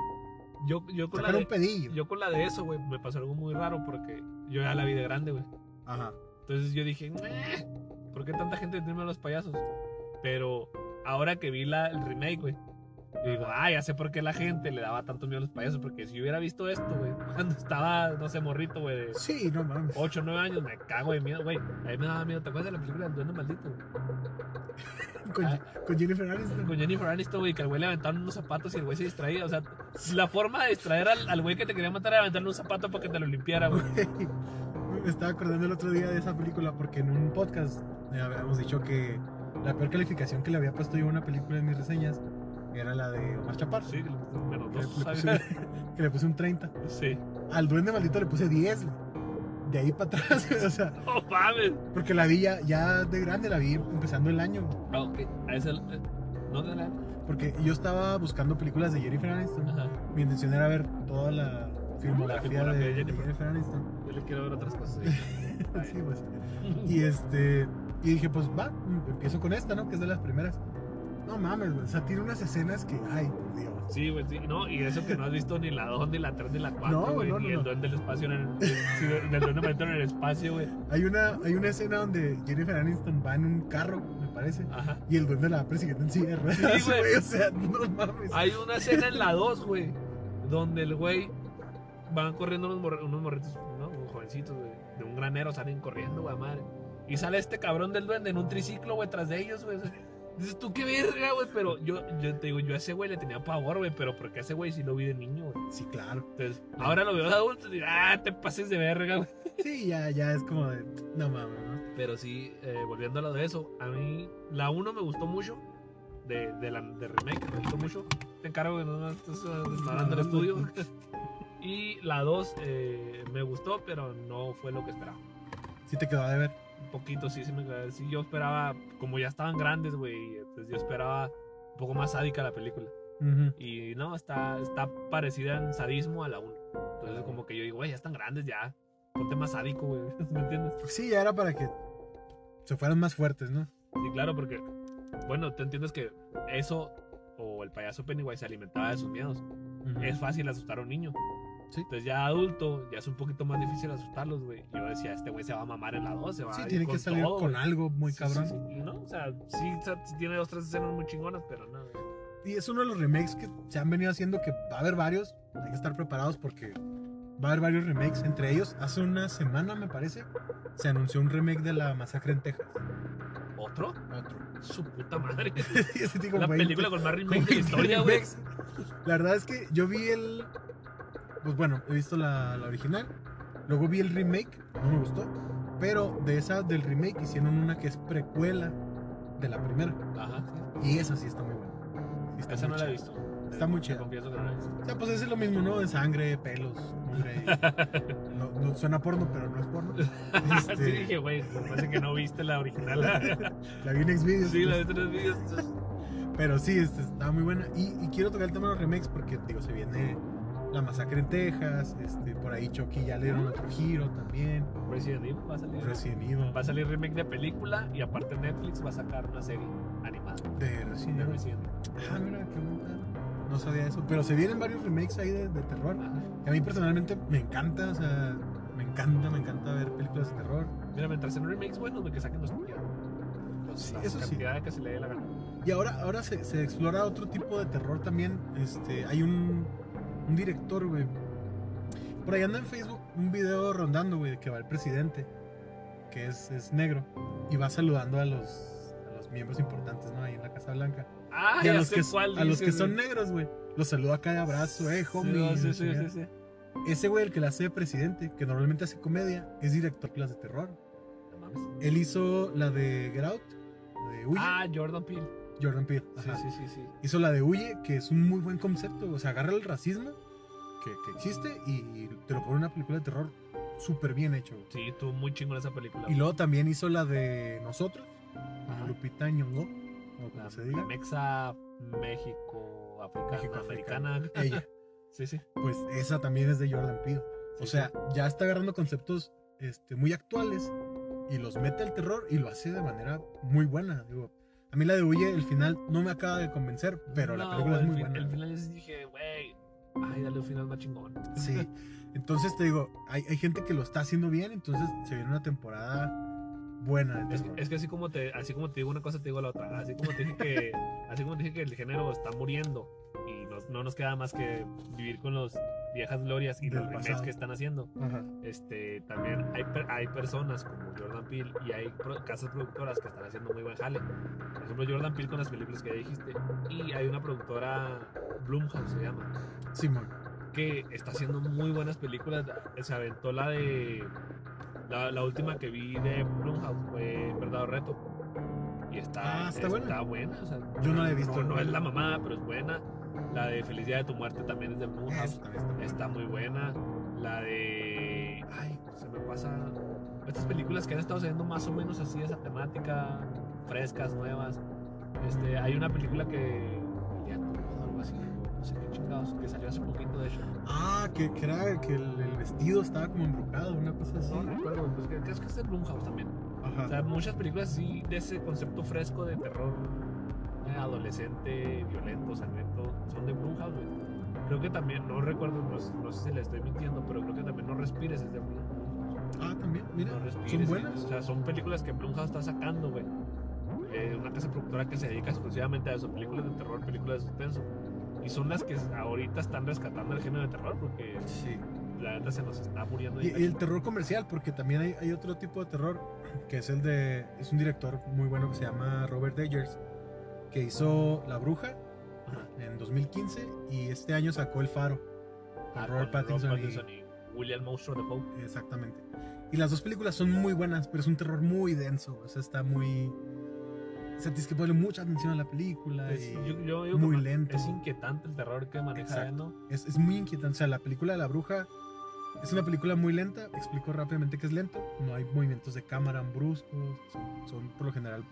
S2: Yo, yo, con la
S1: sacan un
S2: de,
S1: pedillo.
S2: yo con la de eso, güey, me pasó algo muy raro porque yo ya la vi de grande, güey.
S1: Ajá.
S2: Entonces yo dije, "Meh, ¿por qué tanta gente tiene miedo a los payasos? Pero ahora que vi la, el remake, güey, yo digo, ah, ya sé por qué la gente le daba tanto miedo a los payasos. Porque si yo hubiera visto esto, güey, (laughs) cuando estaba, no sé, morrito, güey, de
S1: Sí, no mames.
S2: 8 o 9 años, me cago de miedo, güey. A mí me daba miedo. ¿Te acuerdas de la película del duende maldito? güey?
S1: Con, con Jennifer Aniston.
S2: Con Jennifer Aniston, güey, que al güey le aventaron unos zapatos y el güey se distraía. O sea, la forma de distraer al al güey que te quería matar era aventarle un zapato para que te lo limpiara, güey.
S1: (laughs) Me estaba acordando el otro día de esa película porque en un podcast eh, habíamos dicho que la peor calificación que le había puesto yo a una película en mis reseñas era la de Omar Chaparro.
S2: (laughs) Sí, menos
S1: Que le,
S2: dos,
S1: le
S2: ¿sabes?
S1: puse, (laughs) que le puse un 30.
S2: Sí.
S1: Al Duende Maldito le puse 10. güey. De ahí para atrás, (laughs) güey, o sea,
S2: ¡No mames!
S1: porque la vi ya, ya de grande, la vi empezando el año. güey,
S2: Ah, ok. A ese- eh, No te la.
S1: Porque yo estaba buscando películas de Jennifer Aniston.
S2: Ajá.
S1: Mi intención era ver toda la filmografía,
S2: filmografía
S1: de,
S2: de
S1: de
S2: Jennifer.
S1: Jennifer Aniston.
S2: Yo le quiero ver otras cosas. ahí.
S1: (laughs) Sí, pues. Y este. Y dije, pues va, mm, empiezo con esta, ¿no? Que es de las primeras. No mames, güey. O sea, tiene unas escenas que, ay, por Dios.
S2: Sí, güey, sí. No, y eso que no has visto ni la 2, ni la 3, ni la 4,
S1: No,
S2: güey.
S1: no,
S2: ni
S1: no,
S2: el
S1: no.
S2: duende del espacio en el. sí, del duende maldito en el espacio, güey.
S1: Hay una, hay una escena donde Jennifer Aniston va en un carro, me parece.
S2: Ajá.
S1: Y el duende la va persiguiendo en silla de ruedas,
S2: Sí, güey.
S1: güey. O sea, no mames.
S2: Hay una escena en la 2, güey, donde el güey van corriendo unos, morre- unos morritos, ¿no? Unos jovencitos, güey, de un granero salen corriendo, güey, (laughs) a madre. Y sale este cabrón del duende en un triciclo, güey, tras de ellos, güey. Dices tú, qué verga, güey. Pero yo, yo te digo, yo a ese güey le tenía pavor, güey. Pero porque a ese güey sí lo vi de niño, güey.
S1: Sí, claro.
S2: Entonces, ahora lo veo de adulto y digo, ah, te pases de verga, güey.
S1: Sí, ya, ya es como de. No mames, ¿no?
S2: Pero sí, eh, volviendo a lo de eso, a mí la 1 me gustó mucho. De, de la de remake, me gustó mucho. Te encargo que no estés eh, desmadrando el estudio. (laughs) y la 2 eh, me gustó, pero no fue lo que esperaba.
S1: Sí te quedó de ver.
S2: Un poquito, sí, sí, me quedé- sí, yo esperaba, como ya estaban grandes, güey, entonces yo esperaba un poco más sádica la película.
S1: Ujú.
S2: Y no, está, está parecida en sadismo a la 1. Entonces, como que yo digo, güey, ya están grandes, ya. Ponte más sádico, güey. (laughs) ¿Me entiendes?
S1: Sí, ya era para que se fueran más fuertes, ¿no?
S2: Sí, claro, porque, bueno, tú entiendes que eso o el payaso Pennywise se alimentaba de sus miedos.
S1: Ujú.
S2: Es fácil asustar a un niño.
S1: Sí.
S2: Entonces, ya adulto, ya es un poquito más difícil asustarlos, güey. Yo decía, este güey se va a mamar en la 2, se va
S1: Sí,
S2: a ir
S1: tiene que salir
S2: todo,
S1: con
S2: güey.
S1: algo muy
S2: Sí,
S1: cabrón.
S2: sí, sí. No, o sea, sí, o sea, tiene dos, tres escenas muy chingonas, pero no. güey.
S1: Y es uno de los remakes que se han venido haciendo, que va a haber varios. Hay que estar preparados porque va a haber varios remakes. Entre ellos, hace una semana, me parece, se anunció un remake de La Masacre en Texas.
S2: ¿Otro?
S1: Otro. (laughs)
S2: Su puta madre.
S1: Y así digo,
S2: La
S1: güey,
S2: película con más
S1: ¿cómo
S2: remake de la
S1: que
S2: historia, güey.
S1: remakes? La verdad es que yo vi el... Pues bueno, he visto la, la original. Luego vi el remake, no me gustó. Pero de esa del remake hicieron una que es precuela de la primera.
S2: Ajá,
S1: Y esa sí está muy buena. Sí
S2: sí.
S1: está
S2: Esa
S1: muy
S2: no la he
S1: chida.
S2: visto.
S1: Está muy
S2: Te
S1: chida.
S2: Confieso que no la he visto.
S1: O sea, pues es lo mismo, ¿no? De sangre, pelos,
S2: (laughs)
S1: mugre. y- No, no, suena porno, pero no es porno. Este,
S2: (laughs) Sí, dije, güey, parece que no viste la
S1: (laughs)
S2: original.
S1: La vi en Xvideos.
S2: sí, la de tres videos.
S1: Pero sí, este, está muy buena. Y, y quiero tocar el tema de los remakes porque, digo, se viene la masacre en Texas. Este, por ahí Chucky ya le dieron otro giro también.
S2: Resident Evil va a salir.
S1: Resident Evil.
S2: Va a salir remake de película y aparte Netflix va a sacar una serie animada
S1: De Resident
S2: de
S1: Evil.
S2: Resident Evil.
S1: Ah, mira, qué bonita. No sabía eso. Pero se vienen varios remakes ahí de, de terror.
S2: Ajá.
S1: Que a mí personalmente me encanta. O sea, me encanta, me encanta ver películas de terror.
S2: Mira, mientras en remakes buenos, güey, que saquen los que quieran. Los-
S1: Sí,
S2: la
S1: eso sí.
S2: cantidad que se le dé la gana.
S1: Y ahora, ahora se, se explora otro tipo de terror también. Este, hay un, un director, güey. Por ahí anda en Facebook un video rondando, güey, de que va el presidente, que es, es negro, y va saludando a los, a los miembros importantes, ¿no? Ahí en la Casa Blanca.
S2: Ah,
S1: y a
S2: ya
S1: los,
S2: sé
S1: que,
S2: cuál
S1: a los que
S2: dices,
S1: son
S2: güey.
S1: negros, güey. Los saluda acá de abrazo, eh, homie.
S2: Sí,
S1: y la
S2: sí, sí,
S1: chingada.
S2: sí, sí.
S1: Ese güey, el que la hace de presidente, que normalmente hace comedia, es director de películas de terror.
S2: No mames.
S1: Él hizo la de Get Out, la de Huye,
S2: Ah, Jordan Peele.
S1: Jordan Peele.
S2: Sí,
S1: ajá.
S2: sí, sí, sí.
S1: hizo la de Huye, que es un muy buen concepto. O sea, agarra el racismo que, que existe y te lo pone en una película de terror súper bien hecho. güey.
S2: Sí, estuvo muy chingona esa película.
S1: Y
S2: güey.
S1: luego también hizo la de Nosotros, con
S2: Ajá.
S1: Lupita Nyong'o, o como
S2: La
S1: se diga.
S2: Mexa México Africana
S1: México-africana.
S2: Americana.
S1: Ella.
S2: Sí, sí.
S1: Pues esa también es de Jordan Peele. O
S2: Sí,
S1: sea, ya está agarrando conceptos este, muy actuales y los mete al terror y lo hace de manera muy buena. Digo, a mí la de Huye, el final no me acaba de convencer, pero la
S2: No,
S1: película es
S2: el
S1: muy
S2: fin-
S1: buena.
S2: El
S1: güey.
S2: final les dije, güey, ay, dale un final más chingón.
S1: Sí. Entonces te digo, hay, hay gente que lo está haciendo bien, entonces se viene una temporada buena de
S2: Es,
S1: terror.
S2: es que así como te, así como te digo una cosa, te digo la otra. Así como te
S1: (laughs)
S2: dije que, así como te dije que el género está muriendo y nos- no nos queda más que vivir con los viejas glorias y
S1: Del
S2: los remakes
S1: pasado.
S2: que están haciendo.
S1: Ajá.
S2: Este, también hay, per- hay personas como Jordan Peele y hay pro- casas productoras que están haciendo muy buen jale. Por ejemplo, Jordan Peele con las películas que ya dijiste. Y hay una productora, Blumhouse se llama,
S1: Simón.
S2: que está haciendo muy buenas películas. Se aventó la de. La, la última que vi de Blumhouse fue Verdad o Reto. Y está,
S1: Ah, está buena.
S2: buena, o sea,
S1: Yo no la he visto.
S2: No, no es la mamada, pero es buena. La de Felicidad de tu muerte también es de Blumhouse.
S1: Esa también está buena.
S2: Está muy buena. La de. Ay, se me pasa. Estas películas que han estado saliendo más o menos así, esa temática, frescas, nuevas. Este, hay una película que. Ya o algo así, no sé qué chingados, que salió hace poquito de hecho.
S1: Ah, que, que era que el, el vestido estaba como embrujado, una cosa así.
S2: No recuerdo, pues creo que es que es de Blumhouse también. O sea,
S1: Ajá.
S2: muchas películas así de ese concepto fresco de terror eh, adolescente, violento, sangriento, son de Blumhouse, güey. Creo que también, no recuerdo, no, sé- no sé si le estoy mintiendo, pero creo que también No Respires es de Blumhouse.
S1: Ah, también, mira,
S2: No respires,
S1: son
S2: O
S1: buenas.
S2: sea, son películas que Blumhouse está sacando, güey. Eh, una casa productora que se dedica exclusivamente a eso, películas de terror, películas de suspenso. Y son las que ahorita están rescatando el género de terror porque
S1: Sí.
S2: la neta se nos está muriendo.
S1: Y,
S2: de
S1: y el terror comercial, porque también hay, hay otro tipo de terror, que es el de... Es un director muy bueno que se llama Robert Eggers, que hizo La Bruja
S2: Ajá.
S1: en 2015 y este año sacó El Faro. Con
S2: Ah,
S1: Robert
S2: con
S1: Pattinson, y-
S2: y William Monstro de Poe.
S1: Exactamente. Y las dos películas son muy buenas, pero es un terror muy denso. O sea, está muy. O sea, tienes que ponerle mucha atención a la película.
S2: Es-
S1: y
S2: yo- yo digo que
S1: muy
S2: ma-
S1: lento.
S2: Es inquietante el terror que maneja él, ¿no?
S1: Es, es muy inquietante. O sea, la película de la bruja es una película muy lenta. Explico rápidamente que es lento. No hay movimientos de cámara bruscos. Son, son, por lo general.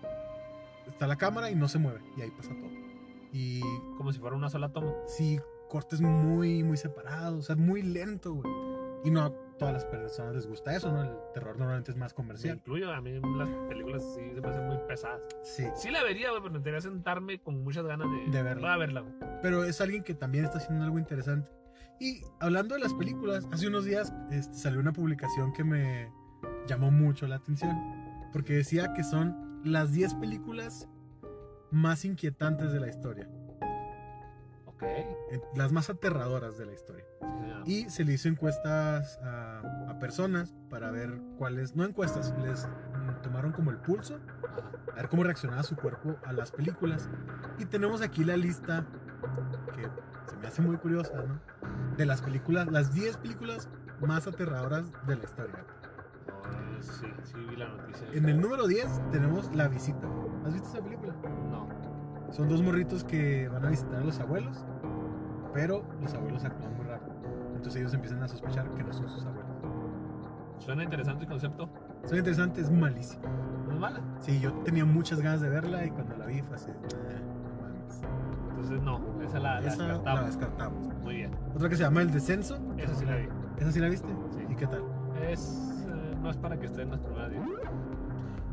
S1: Está la cámara y no se mueve. Y ahí pasa todo. Y
S2: Como si fuera una sola toma.
S1: sí, cortes muy, muy separados. O sea, muy lento, güey. Y no a todas las personas les gusta eso, ¿no? El terror normalmente es más
S2: Me
S1: comercial.
S2: incluyo, a mí las películas sí se me hacen muy pesadas.
S1: Sí.
S2: Sí la vería, güey, pero necesitaría sentarme con muchas ganas de,
S1: De verla.
S2: para verla, güey.
S1: Pero es alguien que también está haciendo algo interesante. Y hablando de las películas, hace unos días este, salió una publicación que me llamó mucho la atención. Porque decía que son las 10 películas más inquietantes de la historia.
S2: Ok.
S1: eh, Las más aterradoras de la historia.
S2: Ah,
S1: Y se le hizo encuestas a, a personas para ver cuáles... No encuestas, les mm, tomaron como el pulso
S2: ajá.
S1: a ver cómo reaccionaba su cuerpo a las películas. Y tenemos aquí la lista que se me hace muy curiosa, ¿no? De las películas, las 10 películas más aterradoras de la historia.
S2: No, sí, sí vi la noticia.
S1: En el número 10 tenemos La Visita. ¿Has visto esa película?
S2: No.
S1: Son dos morritos que van a visitar a los abuelos, pero los abuelos actúan muy raro. Entonces ellos empiezan a sospechar que no son sus abuelos.
S2: Suena interesante el concepto.
S1: Son interesantes, es malísima.
S2: No es mala.
S1: Sí, yo tenía muchas ganas de verla y cuando la vi fue así. "Ah, no mames".
S2: Entonces, no, esa Ah, la, la
S1: Esa la
S2: descartamos.
S1: descartamos.
S2: Muy bien.
S1: Otra que se llama El Descenso.
S2: Esa sí la vi.
S1: ¿Esa sí la viste?
S2: Sí.
S1: ¿Y qué tal?
S2: Es, eh, no es para que esté en las primeras 10.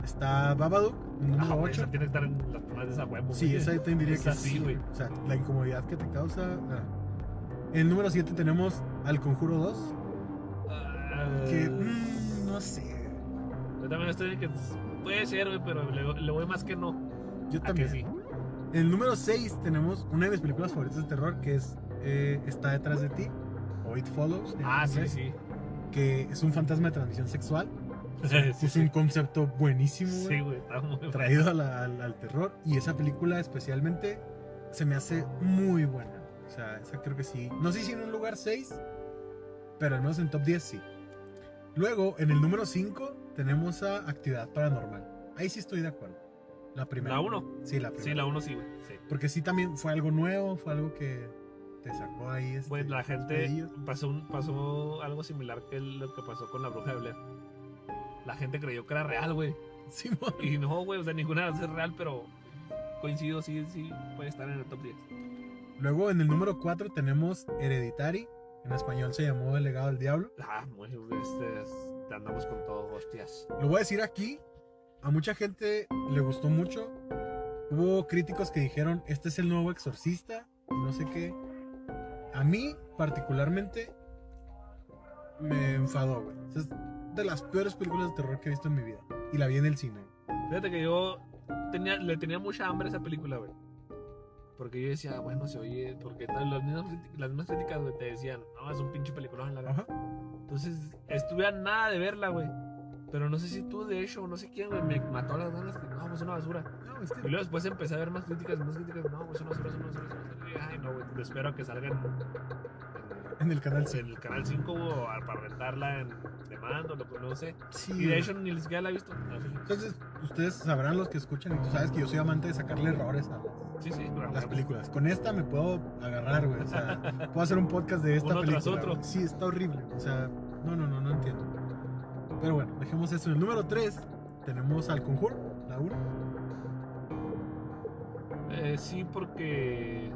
S1: Está Babadook, en el
S2: Ah,
S1: número
S2: güey,
S1: 8.
S2: esa tiene que estar en las primeras de esa huevo.
S1: Sí,
S2: güey.
S1: esa yo también diría
S2: Esa
S1: que
S2: sí,
S1: sí.
S2: güey.
S1: O sea, la incomodidad que te causa. ah. En el número 7 tenemos Al Conjuro 2.
S2: Ah,
S1: Que, mm, no sé.
S2: Yo también estoy en que puede ser, güey, pero le, le voy más que no.
S1: Yo
S2: A que
S1: también.
S2: sí.
S1: En el número 6 tenemos una de mis películas favoritas de terror que es eh, Está detrás de ti, o It Follows. en
S2: Ah, sí,
S1: inglés,
S2: sí.
S1: Que es un fantasma de transmisión sexual.
S2: (laughs) Sí,
S1: es un
S2: sí.
S1: concepto buenísimo, güey.
S2: Sí, güey, está muy
S1: traído a la- al, al terror y esa película especialmente se me hace muy buena. O sea, esa creo que sí. No sé si en un lugar 6, pero al menos en top 10 sí. Luego, en el número 5 tenemos a Actividad Paranormal. Ahí sí estoy de acuerdo. La primera.
S2: La 1.
S1: Sí, la primera.
S2: Sí, la 1 sí, güey. Sí.
S1: Porque sí también fue algo nuevo, fue algo que te sacó ahí. este, (laughs)
S2: Güey, la gente
S1: pedillos.
S2: pasó, un- pasó algo similar que lo que pasó con la bruja de Blair. La gente creyó que era real, güey.
S1: Sí, mon.
S2: Y no, güey, o sea, ninguna es real, pero coincido, sí, sí, puede estar en el top 10.
S1: Luego, en el número 4 tenemos Hereditary. En español se llamó El legado del diablo.
S2: Ah, muy, este, es- andamos con todo, hostias.
S1: Lo voy a decir aquí. A mucha gente le gustó mucho. Hubo críticos que dijeron, este es el nuevo exorcista. y No sé qué. A mí, particularmente, me enfadó, güey. O sea, Es de las peores películas de terror que he visto en mi vida. Y la vi en el cine.
S2: Fíjate que yo tenía, le tenía mucha hambre a esa película, güey. Porque yo decía, "Ah, bueno, se oye, porque tal, las mismas, criti- las mismas críticas, güey, te decían, no, es un pinche peliculón, la verdad.
S1: Ajá.
S2: Entonces, estuve a nada de verla, güey. Pero no sé si tú, de hecho, o no sé quién, güey, me mató las ganas, que no, es una basura.
S1: No, es que-
S2: Y luego después empecé a ver más críticas, más críticas, no, es una basura, es una basura, es una basura. Y dije, Ay, no, güey, te espero a que salgan en,
S1: En el canal
S2: en el canal 5 o a- para rentarla en demanda o lo que no sé. Y
S1: Mm.
S2: de hecho ni siquiera la he visto. No, sí,
S1: Entonces, ustedes sabrán los que escuchan y tú sabes que yo soy amante de sacarle errores a las-
S2: sí, sí,
S1: a
S2: pero-
S1: las películas. Con esta me puedo agarrar, güey. O sea,
S2: (laughs)
S1: puedo hacer un podcast de esta
S2: Uno
S1: película.
S2: tras otro.
S1: güey. Sí, está horrible. O sea, no, no, no, no entiendo. Pero bueno, dejemos eso. En el número 3 tenemos al conjuro, la 1.
S2: Eh, sí, porque.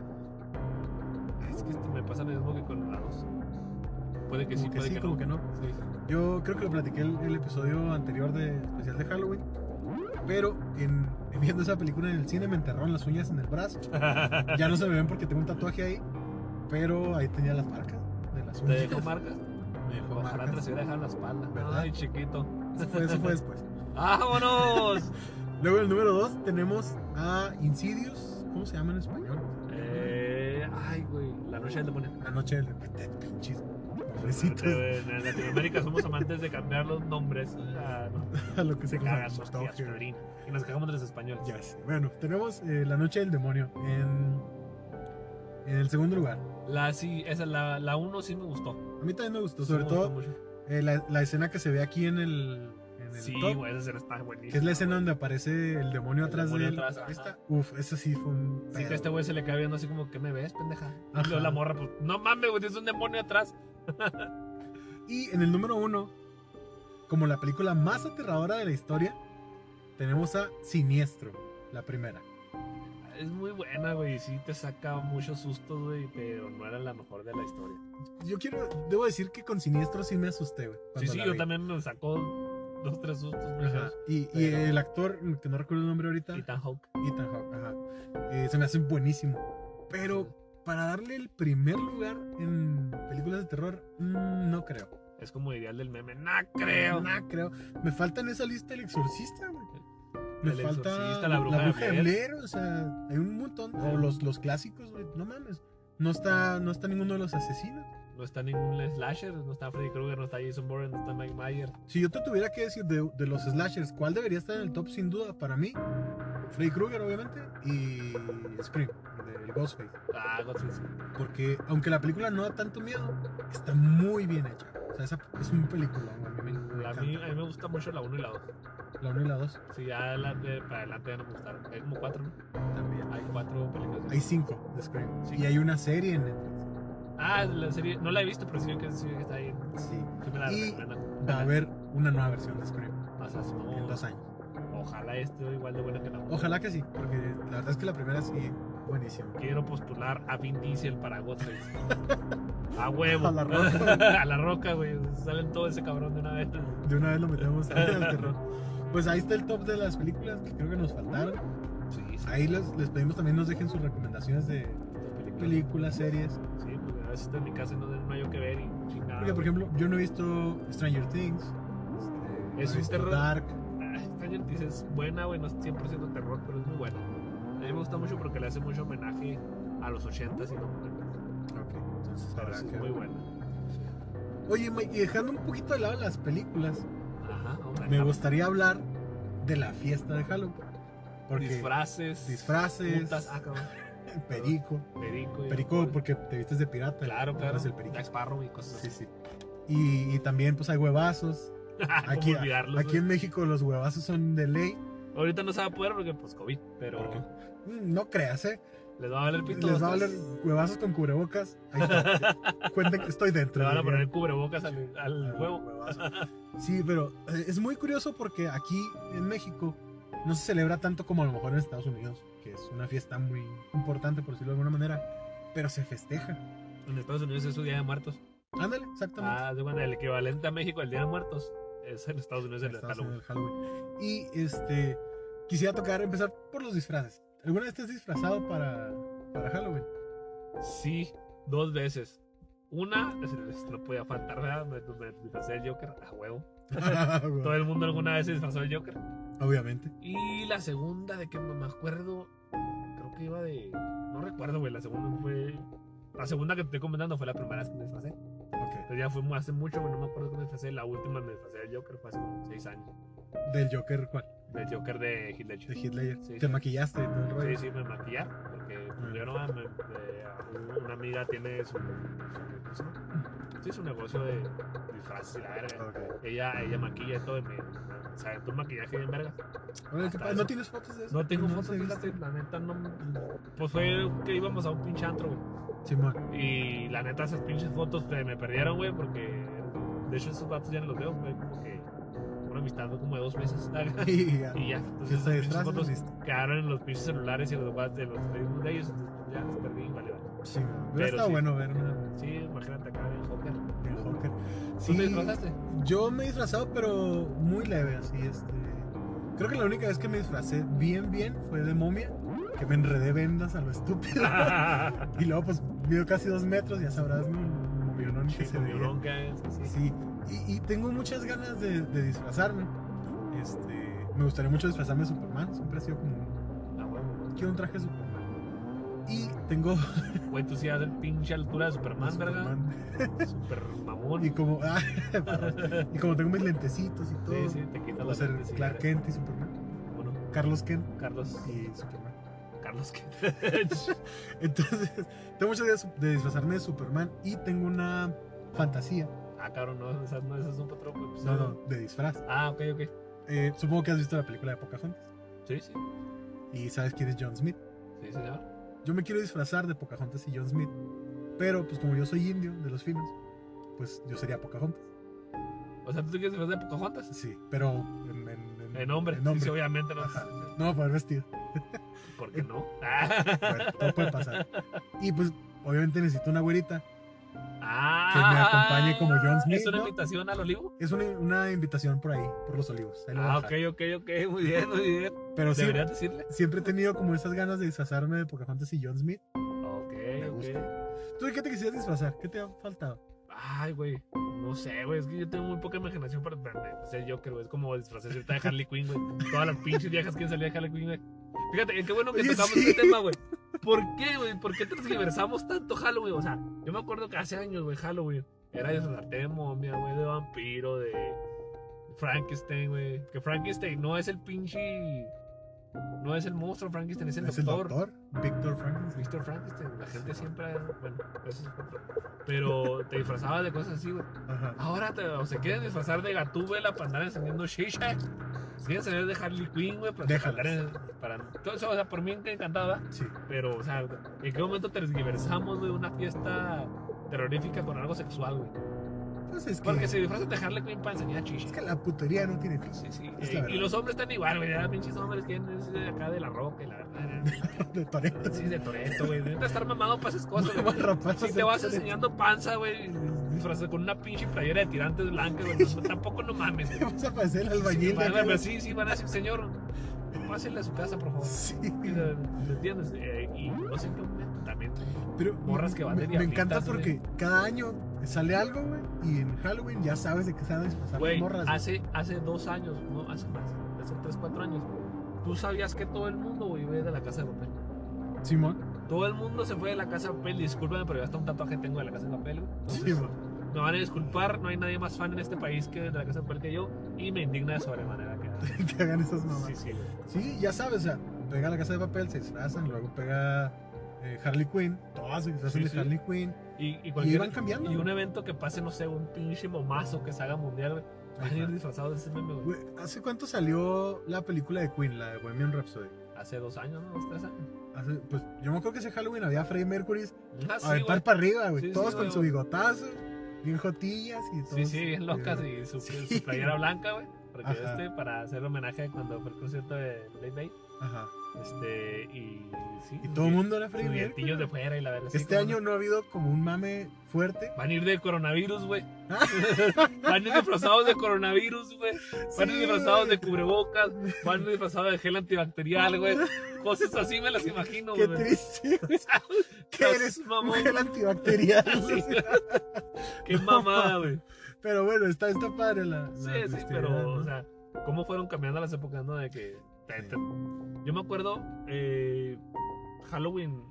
S2: Es que esto me pasa lo mismo que con la 2. Puede que
S1: Como
S2: sí,
S1: que
S2: puede
S1: sí,
S2: que
S1: como
S2: no.
S1: que no.
S2: Sí.
S1: Yo creo que lo platiqué el, el episodio anterior de especial de Halloween. Pero en, (laughs) viendo esa película en el cine me enterraron las uñas en el brazo. Ya no se me ven porque tengo un tatuaje ahí. Pero ahí tenía las marcas de las
S2: (laughs) Te
S1: uñas. (laughs)
S2: dejó marcas.
S1: Me dejó
S2: Ojalá te
S1: marcas.
S2: se hubiera dejado en la espalda.
S1: ¿Verdad?
S2: Ay, chiquito.
S1: Eso fue- eso fue después. (laughs)
S2: ¡Vámonos!
S1: Luego en el número 2 tenemos a Insidious. ¿Cómo se llama en español?
S2: eh, ay, güey. La noche del demonio.
S1: La noche del pinches. Pobrecitos.
S2: (laughs) En Latinoamérica somos amantes de cambiar los nombres a,
S1: A lo que
S2: se
S1: se
S2: caga,
S1: nos
S2: hostias,
S1: antoje.
S2: padrino. Y nos cagamos de los españoles.
S1: pues, Ya sé. Bueno, tenemos eh, La Noche del Demonio en, en el segundo lugar.
S2: La sí, esa la, la uno sí me gustó. Sí
S1: A mí también me gustó,
S2: me
S1: sobre
S2: gustó
S1: todo
S2: mucho.
S1: eh, la, la escena que se ve aquí en el, en el
S2: Sí,
S1: top,
S2: güey, esa escena está buenísima.
S1: que es la escena
S2: güey.
S1: donde aparece el demonio
S2: El
S1: atrás
S2: demonio
S1: de él.
S2: atrás, ajá.
S1: Esta- Uf, eso sí fue un.
S2: Sí, que
S1: pedo.
S2: a este güey se le cae viendo así como, ¿qué me ves, pendeja? Y
S1: Ajá.
S2: luego la morra, pues, no mames, güey, tienes un demonio atrás.
S1: Y en el número uno, como la película más aterradora de la historia, tenemos a Siniestro, la primera.
S2: Es muy buena, güey, y sí te saca muchos sustos, güey, pero no era la mejor de la historia.
S1: Yo quiero, debo decir que con Siniestro sí me asusté, güey.
S2: Sí,
S1: cuando
S2: sí,
S1: la
S2: yo
S1: vi.
S2: también me sacó dos, tres sustos, güey.
S1: Ajá. Y, y
S2: Pero-
S1: el actor, que no recuerdo el nombre ahorita,
S2: Ethan Hawke.
S1: Ethan Hawke, ajá, eh, se me hace buenísimo. Pero para darle el primer lugar en películas de terror, mm, no creo.
S2: Es como ideal del meme. No creo.
S1: No creo. Me falta en esa lista el exorcista, güey. Me
S2: El
S1: falta
S2: Exorcista, La Bruja de
S1: de
S2: Blair. Ah.
S1: Blair, o sea, hay un montón. O los, los clásicos, güey, no mames. No está, no está ninguno de los asesinos.
S2: No está ningún slasher, no está Freddy Krueger, no está Jason Bourne, no está Mike Myers.
S1: Si yo te tuviera que decir de, de los slashers, ¿cuál debería estar en el top sin duda para mí? Freddy Krueger, obviamente, y Scream, de Ghostface.
S2: Ah, Godzilla.
S1: Porque aunque la película no da tanto miedo, está muy bien hecha. O sea, esa- es un película. A mí, me- me
S2: A
S1: encanta.
S2: mí, a mí me gusta mucho la 1 y la 2.
S1: La 1 y la 2
S2: Sí, ya la de- para adelante ya no me gustaron. Hay como 4, ¿no?
S1: también.
S2: Hay 4 películas.
S1: Hay 5 de Scream.
S2: Sí.
S1: Y hay una serie en Netflix.
S2: Ah, la serie. No la he visto, pero sí que, sí que está ahí.
S1: Sí.
S2: Sí me la
S1: Y
S2: recomiendan.
S1: Va a haber una nueva versión de Scream
S2: O sea, no,
S1: en dos años.
S2: ojalá esté igual de buena que la 1.
S1: Ojalá que sí, porque la verdad es que la primera sí, buenísima.
S2: Quiero postular a Vin Diesel para Godzilla.
S1: (laughs)
S2: a huevo. (laughs)
S1: A La Roca,
S2: a la roca, güey. Salen todo ese cabrón de una vez.
S1: De una vez lo metemos al terror. Pues ahí está el top de las películas que creo que nos faltaron.
S2: Sí, sí.
S1: Ahí les, les pedimos también nos dejen sus recomendaciones de
S2: película.
S1: películas, series.
S2: Sí, porque a veces estoy en mi casa y no tengo yo que ver y chingada.
S1: Porque, por
S2: güey.
S1: ejemplo, yo no he visto Stranger Things. este, no
S2: Es
S1: he
S2: un
S1: visto
S2: terror.
S1: Dark.
S2: Ah, Stranger Things es buena, güey, no es 100% terror, pero es muy buena. A mí me gusta mucho porque le hace mucho homenaje a los 80s y 90s.
S1: Ok, entonces
S2: Pero
S1: habrá
S2: sí es
S1: que-
S2: muy buena.
S1: Oye, Mike, y dejando un poquito de lado las películas,
S2: Ajá, ahora
S1: me
S2: acá-
S1: gustaría hablar de la fiesta de Halloween. Porque
S2: Disfraces.
S1: disfraces,
S2: Putas, ah, cabrón.
S1: perico.
S2: Perico. y
S1: Perico
S2: alcohol.
S1: porque te vistes de pirata.
S2: Claro, claro.
S1: Es el perico.
S2: Jack Sparrow y cosas
S1: Sí,
S2: así.
S1: sí. Y, y también pues hay huevazos.
S2: (laughs) Ah, ¿Cómo
S1: Aquí,
S2: olvidarlos,
S1: aquí en México los huevazos son de ley.
S2: güey? Ahorita no se va a poder porque, pues, COVID, pero
S1: ¿Por qué? Mm, No creas, ¿eh?
S2: les va a valer pito.
S1: Les va a
S2: hasta-
S1: valer huevazos con cubrebocas. Ahí
S2: (laughs)
S1: está. Cuenten que estoy dentro.
S2: Le van a
S1: diría.
S2: poner cubrebocas al, al
S1: Al
S2: huevo. (laughs)
S1: huevazo. Sí, pero eh, es muy curioso porque aquí en México no se celebra tanto como a lo mejor en Estados Unidos, que es una fiesta muy importante, por decirlo de alguna manera, pero se festeja.
S2: En Estados Unidos es su Día de Muertos.
S1: Ándale, exactamente.
S2: Ah, de- bueno, el equivalente a México, el Día de Muertos, es en Estados Unidos el
S1: Estamos en
S2: Halloween.
S1: el Halloween. Y este, quisiera tocar, empezar por los disfraces. ¿Alguna vez te has disfrazado para, para
S2: (laughs)
S1: Halloween? (laughs)
S2: Sí, dos veces. Una, es- es- no podía faltar, ¿verdad? Me, me disfrazé del Joker, a huevo. Todo el mundo alguna vez se disfrazó del Joker.
S1: Obviamente.
S2: Y la segunda, de que me acuerdo, creo que iba de. No recuerdo, güey, la segunda fue. La segunda que te estoy comentando fue la primera vez que me disfracé.
S1: Ok.
S2: Pero ya fue mu- hace mucho, güey, no me acuerdo que me disfracé. La última me disfracé del Joker, fue hace como seis años.
S1: Del Joker, ¿cuál?
S2: Del Joker de Heath Ledger.
S1: De Heath Ledger.
S2: Sí,
S1: Te
S2: sí.
S1: maquillaste y todo el rollo.
S2: Sí, sí, me maquillé. Porque pues, yo no, me- me- una amiga tiene su, su negocio. Sí, su negocio de disfraces y la verga.
S1: Ok.
S2: Ella, ella maquilla y todo. Y me, me- se aventó un maquillaje bien verga.
S1: Oye, ¿qué
S2: Hasta
S1: pa-
S2: eso.
S1: ¿No tienes fotos de eso?
S2: Ah, No tengo
S1: te
S2: fotos,
S1: he
S2: fíjate,
S1: visto.
S2: la neta no. Pues fue que íbamos a un pinche antro, güey.
S1: Simón.
S2: Y la neta, esas pinches fotos pues, me perdieron, güey, porque de hecho esos datos ya no los veo. Fue como que una amistad fue como de dos meses. (laughs)
S1: Y ya.
S2: Y ya, entonces
S1: Fiesta
S2: esas
S1: de
S2: pinches
S1: disfraces,
S2: fotos
S1: listo.
S2: quedaron en los pinches celulares y en los demás de los Facebook de ellos, entonces pues, ya los perdí y vale, vale.
S1: Sí, güey.
S2: Pero
S1: Hubiera estado
S2: sí.
S1: bueno ver una-
S2: Sí, imagínate acá en Joker.
S1: el Joker.
S2: ¿Tú te
S1: Sí, (laughs)
S2: disfrazaste?
S1: yo me he disfrazado, pero muy leve, así, este... Creo que la única vez que me disfracé bien, bien, fue de momia, que me enredé vendas a lo
S2: (laughs)
S1: estúpido. y luego, pues, mido casi dos metros, ya sabrás, ¿no? El momionón que se
S2: Chico,
S1: veía.
S2: violón, que es, sí.
S1: Sí, y, y tengo muchas ganas de, de disfrazarme. Este, me gustaría mucho disfrazarme de Superman, siempre ha sido como, un-
S2: Ah, bueno.
S1: quiero un traje de Superman. Y tengo.
S2: Güey, tú sí vas a ser pinche altura
S1: (laughs)
S2: de Superman, ¿verdad?
S1: Superman.
S2: Super mamón.
S1: (laughs) Y como, ah, y como tengo mis lentecitos y todo,
S2: Sí, sí, te quitas
S1: puedo
S2: la
S1: ser
S2: lente, sí,
S1: Clark
S2: eres-
S1: Kent y Superman.
S2: ¿cómo no?
S1: Carlos Kent (laughs)
S2: Carlos.
S1: y Superman.
S2: Carlos que.
S1: Entonces, tengo muchas ideas de disfrazarme de Superman y tengo una fantasía,
S2: (laughs) ah, cabrón, no, esa no esa es un patrón, güey. pues,
S1: no, no, de disfraz.
S2: Ah, ok, ok.
S1: Eh, supongo que has visto la película de Pocahontas
S2: Sí, sí.
S1: y sabes quién es John Smith.
S2: Sí, señor.
S1: Yo me quiero disfrazar de Pocahontas y John Smith, pero pues como yo soy indio de los filmes, pues yo sería Pocahontas.
S2: O sea, tú te quieres disfrazar de Pocahontas.
S1: Sí, pero en, en, en-
S2: En hombre.
S1: En hombre.
S2: Sí, sí, obviamente no.
S1: Ajá. No va a poder vestir.
S2: ¿Por
S1: (laughs)
S2: qué no? Ah,
S1: Bueno, todo puede
S2: (laughs)
S1: pasar. Y pues obviamente necesito una güerita.
S2: que
S1: acompañe como John Smith,
S2: Ah. ¿Es una
S1: ¿no?
S2: invitación al olivo?
S1: Es una, una invitación por ahí, por los olivos. ahí lo voy a
S2: Ah, ok,
S1: dejar.
S2: ok, ok. Muy bien, muy bien.
S1: Pero sí,
S2: ¿Deberías decirle?
S1: siempre he tenido como esas ganas de disfrazarme de Pocahontas y John Smith.
S2: Ok,
S1: Me
S2: ok.
S1: gusta. ¿Tú de qué te quisieras disfrazar? ¿Qué te ha faltado?
S2: Ay, güey. No sé, güey. Es que yo tengo muy poca imaginación para aprender. O sea, yo creo es como disfrazarse ahorita de Harley Quinn, güey. Todas las pinches viejas quieren salir de Harley Quinn, güey. Fíjate, eh, qué bueno que
S1: Oye,
S2: tocamos
S1: sí.
S2: este tema, güey. ¿Por qué, güey? ¿Por qué transversamos tanto Halloween? O sea, yo me acuerdo que hace años, güey, Halloween era disfrazarte de momia, güey, de vampiro, de Frankenstein, güey. Que Frankenstein no es el pinche. No es el monstruo Frankenstein, es el
S1: ¿Es el
S2: doctor.
S1: doctor? Víctor Frankenstein.
S2: Mr. Frankenstein, la gente siempre, bueno, eso es otro. Pero te disfrazabas de cosas así, güey.
S1: Ajá.
S2: Ahora te, o se quieren disfrazar de Gatúbela para andar encendiendo shisha. Se quieren salir de Harley Quinn, güey, para
S1: Déjalas.
S2: andar en- para todo eso, o sea, por mí que encantaba,
S1: Sí.
S2: pero, o sea, ¿en qué momento transgiversamos, güey, una fiesta terrorífica con algo sexual, güey?
S1: Pues es que,
S2: Porque se disfrazan de Harley Quinn para enseñar
S1: es
S2: shisha.
S1: que la putería no tiene fin.
S2: Sí, sí.
S1: Es
S2: Eh,
S1: la verdad.
S2: y los hombres están igual, güey, ya pinches hombres que es de acá de la roca y la verdad.
S1: (laughs) De Toreto.
S2: Sí, de Toreto, güey. Necesitas estar mamado para esas cosas,
S1: (laughs)
S2: güey.
S1: Más rapaz
S2: Pues, Si
S1: es
S2: te
S1: el
S2: vas
S1: Toretto.
S2: enseñando panza, güey, disfrazado con una pinche playera de tirantes blancas, güey. pues, tampoco no mames.
S1: (laughs) Te vas a parecer el albañil.
S2: Sí, van a-
S1: de aquí.
S2: sí, sí, van a decir, señor, pásenle a su casa, por favor.
S1: Sí.
S2: Y, eh, ¿Me entiendes? Eh, y no sé en qué momento también.
S1: Pero
S2: Morras que van de
S1: me, me encanta
S2: diablitas,
S1: porque cada año sale algo, güey, y en Halloween ya sabes de qué se van a disfrazar las
S2: Güey,
S1: morras. güey.
S2: hace, hace dos años, no, hace más, hace tres, cuatro años, tú sabías que todo el mundo, güey, iba a ir de la casa de papel.
S1: Simón.
S2: Todo el mundo se fue de la casa de papel, discúlpame, pero yo hasta un tatuaje tengo de la casa de papel, güey. Entonces,
S1: Simón.
S2: Me van a disculpar, no hay nadie más fan en este país que de la casa de papel que yo y me indigna de sobremanera
S1: (laughs)
S2: que (laughs)
S1: que hagan esas mamás.
S2: Sí, sí, güey.
S1: Sí, ya sabes, o sea, pega la casa de papel, se disfrazan, luego pega eh, Harley Quinn, todas se disfrazan
S2: Sí,
S1: de
S2: sí.
S1: Harley Quinn.
S2: Y, y,
S1: y
S2: cualquier-
S1: van cambiando.
S2: y un evento que pase, no sé, un pinche momazo que se haga mundial, güey, van a ir
S1: Ajá.
S2: disfrazados de ese meme, güey.
S1: Güey, ¿Hace cuánto salió la película de Queen, la de Bohemian Rhapsody?
S2: Hace dos años, ¿no? Tres años.
S1: Hace- pues yo me acuerdo que ese Halloween había Freddie Mercury
S2: Ah, sí,
S1: aventar
S2: güey.
S1: para arriba, güey.
S2: Sí, sí,
S1: todos con
S2: güey.
S1: su bigotazo, bien jotillas y todo.
S2: Sí, sí, bien locas y su,
S1: Sí.
S2: su playera blanca, güey. Porque
S1: Ajá.
S2: este, para hacer homenaje cuando fue el concierto de Late Bay,
S1: Ajá.
S2: este, y sí.
S1: Y todo el mundo era Freddie
S2: Sus
S1: Mercury.
S2: dientillos de fuera y la verdad. sí,
S1: Este
S2: como no.
S1: año no ha habido como un mame fuerte.
S2: Van a ir de
S1: (laughs)
S2: coronavirus, güey. Van a ir disfrazados de coronavirus, güey. Van
S1: Sí,
S2: disfrazados de
S1: güey.
S2: cubrebocas, van disfrazados de gel antibacterial,
S1: (laughs)
S2: güey. Cosas así me las imagino,
S1: Qué
S2: güey.
S1: triste.
S2: (laughs)
S1: ¿Qué
S2: Estás
S1: eres?
S2: mamón.
S1: Un gel antibacterial.
S2: (laughs)
S1: (laughs)
S2: Sí. Qué mamada, güey.
S1: Pero bueno, está, está padre la. la
S2: Sí, sí,
S1: festividad,
S2: pero,
S1: ¿no?
S2: o sea, ¿cómo fueron cambiando las épocas, no? De que. te-
S1: Sí.
S2: te- Yo me acuerdo, eh, Halloween,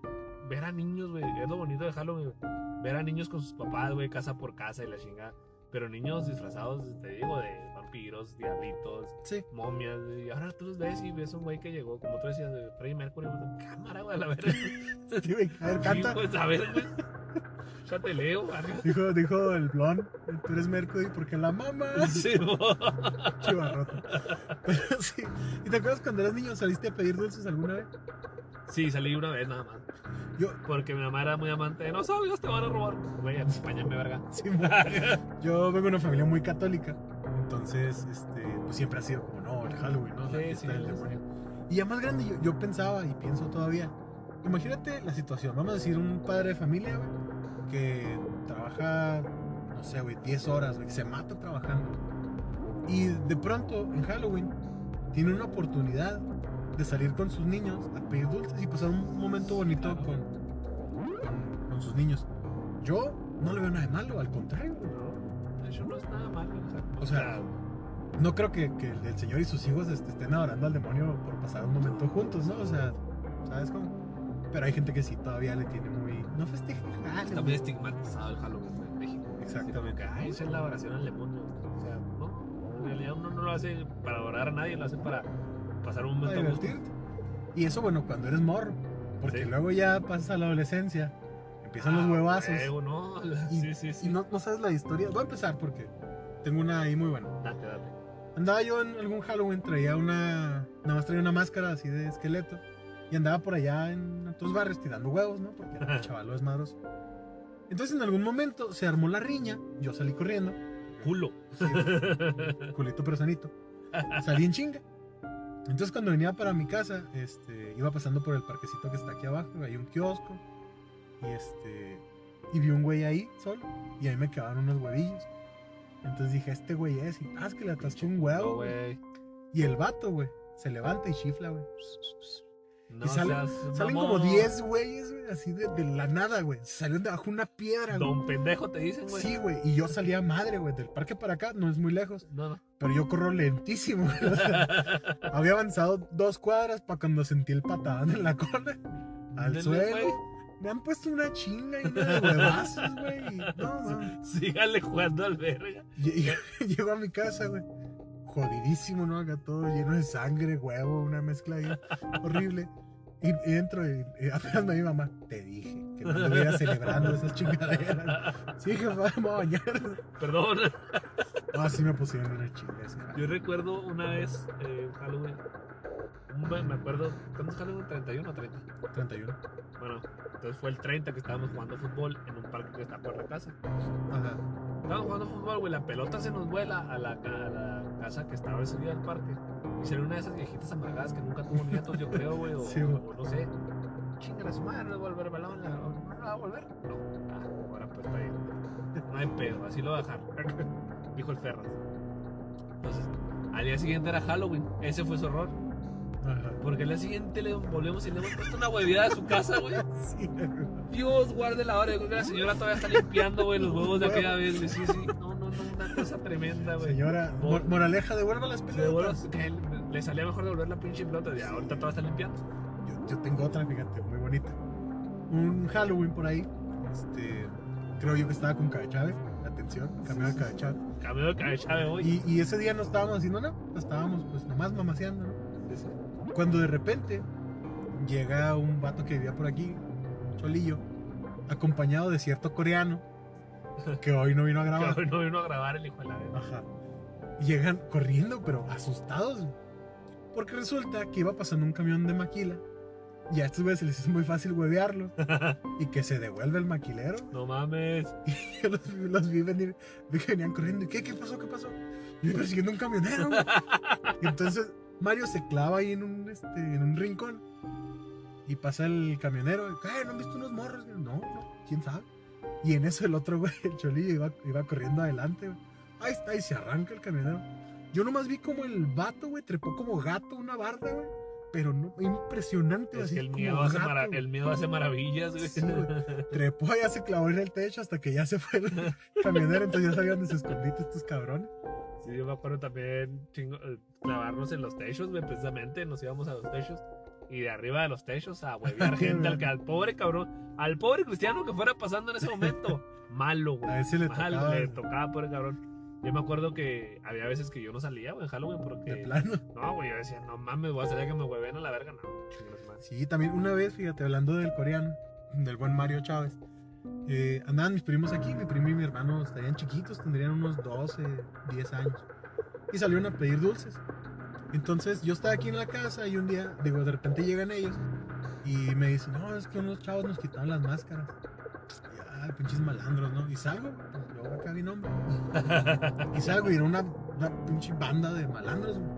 S2: ver a niños, güey. Es lo bonito de Halloween, güey. Ver a niños con sus papás, güey, casa por casa y la chingada. Pero niños disfrazados, te digo, de vampiros, diablitos,
S1: Sí.
S2: momias, güey. Y ahora tú los ves y ves un güey que llegó, como tú decías, de Freddie Mercury, güey. Cámara, güey, a la verga.
S1: (laughs) Sí, güey, a ver, canta.
S2: Sí, pues, a ver, güey. (laughs) Ya te leo, verga.
S1: Dijo, dijo el blon, tú eres Mercury porque la mamá
S2: (laughs) Sí, güey.
S1: chivarroto. Pero sí. ¿Y te acuerdas cuando eras niño saliste a pedir dulces alguna vez?
S2: Sí, salí una vez nada más.
S1: Yo-
S2: Porque mi mamá era muy amante de no sabes, te van a robar. Güey, acompáñame, verga.
S1: Sí, mo- yo vengo de una familia muy católica, entonces este, pues siempre ha sido como, no, el Halloween, ¿no? La
S2: Sí,
S1: fiesta
S2: sí,
S1: del
S2: sí,
S1: demonio. Y ya más grande yo, yo pensaba y pienso todavía, imagínate la situación, vamos a decir un padre de familia, güey, que trabaja, no sé, güey, 10 horas, güey, que se mata trabajando. Y de pronto en Halloween tiene una oportunidad de salir con sus niños a pedir dulces y pasar un momento bonito
S2: Claro.
S1: con, con, con sus niños. Yo no le veo nada de malo, al contrario. güey.
S2: No, eso no es nada malo.
S1: O sea, no creo que, que el el señor y sus hijos este, estén adorando al demonio por pasar un momento juntos, ¿no? O sea, ¿sabes cómo? Pero hay gente que sí todavía le tiene muy. No festeja
S2: Ah, Está muy estigmatizado el Halloween güey, en México.
S1: Exactamente.
S2: Porque, ay, esa es la adoración al demonio. O sea, no. En realidad uno no lo hace para adorar a nadie, lo hace para pasar un
S1: Para
S2: momento a gusto.
S1: divertirte. Y eso, bueno, cuando eres morro. Porque
S2: Sí.
S1: luego ya pasas a la adolescencia. Empiezan los
S2: Ah,
S1: huevazos.
S2: huevo, no. La-
S1: Y-
S2: sí, sí, sí.
S1: Y no, no sabes la historia. Voy a empezar porque tengo una ahí muy buena.
S2: Date, date.
S1: Andaba yo en algún Halloween, traía una. Nada más traía una máscara así de esqueleto. Y andaba por allá en otros barrios tirando huevos, ¿no? Porque era un chaval desmadroso. Entonces en algún momento se armó la riña. Yo salí corriendo. (laughs)
S2: Culo.
S1: Sí,
S2: (laughs)
S1: culito personito. Salí en chinga. Entonces cuando venía para mi casa, este, iba pasando por el parquecito que está aquí abajo, hay un kiosco, y este, y vi un güey ahí solo, y ahí me quedaron unos huevillos. Entonces dije, este güey es, y ah, es que le atasqué un
S2: No,
S1: huevo, güey.
S2: güey.
S1: y el vato, güey, se levanta y chifla, güey.
S2: No
S1: Y sale-
S2: seas
S1: Salen como
S2: mamón.
S1: 10 güeyes, güey, así de, de la nada, güey. Salieron debajo de una piedra, güey.
S2: Don pendejo te dicen, güey.
S1: Sí, güey, y yo salía madre, güey, del parque para acá, no es muy lejos.
S2: No, no.
S1: Pero yo corro lentísimo. (laughs) güey. O
S2: (laughs)
S1: sea, había avanzado dos cuadras para cuando sentí el patadón en la cola. Al
S2: Denle,
S1: suelo.
S2: güey. (laughs)
S1: Me han puesto una chinga y una de huevazos, güey. No, no.
S2: Sígale jugando al verga.
S1: (laughs) Lle- Llego a mi casa, güey. Jodidísimo, ¿no? Acá todo lleno de sangre, huevo, una mezcla ahí horrible. Y, y entro y, y apenas me mi mamá. Te dije que no estuviera celebrando esas chingaderas. Sí, jefa, me voy a bañar.
S2: Perdón. (laughs)
S1: Ah, sí me pusieron una chinga. es que-
S2: Yo recuerdo una vez eh, un Halloween. un ba- me acuerdo. ¿Cuándo es Halloween? ¿31 o 30?
S1: 31.
S2: Bueno, entonces fue el 30 que estábamos jugando fútbol en un parque que está por la casa.
S1: Ajá.
S2: Estábamos jugando fútbol, güey. La pelota se nos vuela a la, ca- a la casa que estaba recibida al parque. Y salió una de esas viejitas amargadas que nunca tuvo nietos, yo creo, güey. O,
S1: Sí, güey.
S2: o no sé. Chinga a su madre, no va a volver el balón, la- no la va a volver. No, ah, ahora pues está bien. No hay pedo, así lo va a dejar. Dijo el Ferras. Entonces, al día siguiente era Halloween. Ese fue su horror.
S1: Ajá.
S2: Porque al día siguiente le volvemos y le hemos puesto una hueviada a su casa, güey.
S1: Sí,
S2: Ah,
S1: güey.
S2: Dios guarde la hora. Yo creo que la señora todavía está limpiando, güey, los huevos de aquella vez, güey. Sí, sí. No, no, no, una cosa tremenda, güey.
S1: Señora,
S2: Por-
S1: mor- moraleja, devuelva las
S2: Se devuelve-
S1: pelotas.
S2: que él- le salía mejor devolver la pinche pelota. Ya, ahorita todavía está limpiando.
S1: Yo, yo tengo otra, fíjate, muy bonita. Un Halloween por ahí. Este, creo yo que estaba con Cabe Chávez. Atención, cambió de Cabe Chávez.
S2: Cambio de cabeza, güey. hoy.
S1: Y, y ese día no estábamos haciendo nada. Estábamos, pues, nomás mamaseando, ¿no?
S2: Sí,
S1: Cuando de repente llega un vato que vivía por aquí, un cholillo, acompañado de cierto coreano que hoy no vino a grabar.
S2: que hoy no vino a grabar el hijo de la verga.
S1: Ajá. Y Llegan corriendo, pero asustados. Porque resulta que iba pasando un camión de maquila. Y a estos güeyes se les hizo muy fácil huevearlo. y que se devuelve el maquilero.
S2: No mames.
S1: (laughs) Yo los, vi- los vi venir. Vi que venían corriendo. ¿Y qué? ¿Qué pasó? ¿Qué pasó? Yo iba persiguiendo a un camionero. güey. Y entonces Mario se clava ahí en un, este, en un rincón. Y pasa el camionero. y, "Eh, ¿No han visto unos morros? Y yo, No, no, quién sabe. Y en eso el otro güey, el cholillo, iba, iba corriendo adelante. güey. Ahí está, y se arranca el camionero. Yo nomás vi como el vato, güey, trepó como gato una barda, güey. Pero no, impresionante,
S2: Es
S1: así
S2: que Pues el
S1: como
S2: miedo, hace
S1: gato,
S2: mara-
S1: güey.
S2: el miedo hace maravillas, güey.
S1: Sí, güey. Trepó, ya se clavó en el techo hasta que ya se fue el (laughs) camionero, entonces ya sabía dónde se escondiste estos cabrones.
S2: Sí, yo me acuerdo también chingo, eh, clavarnos en los techos, güey, precisamente nos íbamos a los techos y de arriba de los techos a huevear
S1: (laughs)
S2: gente al, que- al pobre cabrón, al pobre cristiano que fuera pasando en
S1: (laughs)
S2: ese momento. Malo,
S1: A
S2: güey.
S1: ver si le
S2: Malo,
S1: tocaba
S2: le tocaba, pobre cabrón. Yo me acuerdo que había veces que yo no salía, güey, en Halloween,
S1: de
S2: porque.
S1: plano.
S2: No, güey, yo decía, no mames, voy a salir a que me hueven a la verga, no. chingas madre.
S1: Sí, también una vez, fíjate, hablando del coreano, del buen Mario Chávez, eh, andaban mis primos aquí, mi primo y mi hermano estarían chiquitos, tendrían unos 12, 10 años, y salieron a pedir dulces. Entonces yo estaba aquí en la casa y un día, digo, de repente llegan ellos y me dicen, no, es que unos chavos nos quitaron las máscaras. Y, "Ay, pinches malandros, ¿no? Y salgo, pues yo acá vi nombre. Y salgo y era una, una pinche banda de malandros, güey.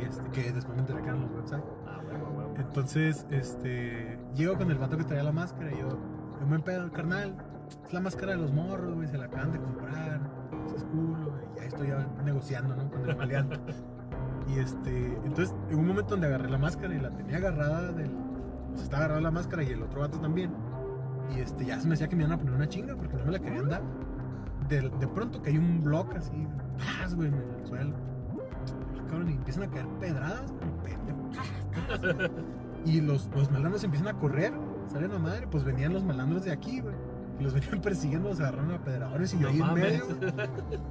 S1: Y este, que después me enteré que eran los websites.
S2: Ah, güey, güey, güey.
S1: Entonces, este, llego con el vato que traía la máscara y yo, yo me pedo, carnal, es la máscara de los morros, güey, se la acaban de comprar, es culo, güey, ya estoy ya negociando, ¿no? Con el maleante. y este, entonces, en un momento donde agarré la máscara y la tenía agarrada del, se estaba agarrada la máscara y el otro vato también. Y este, ya se me decía que me iban a poner una chinga porque no me la querían dar. De, de pronto que hay un bloque así, ¡paz, güey, en el Ah, suelo. Cabrón, y empiezan a caer pedradas, güey, pendejo. Y los, los malandros empiezan a correr, salen a madre, pues venían los malandros de aquí, güey. Y los venían (laughs) persiguiendo, los agarraron a pedradores y yo
S2: No
S1: ahí
S2: mames.
S1: en medio. güey.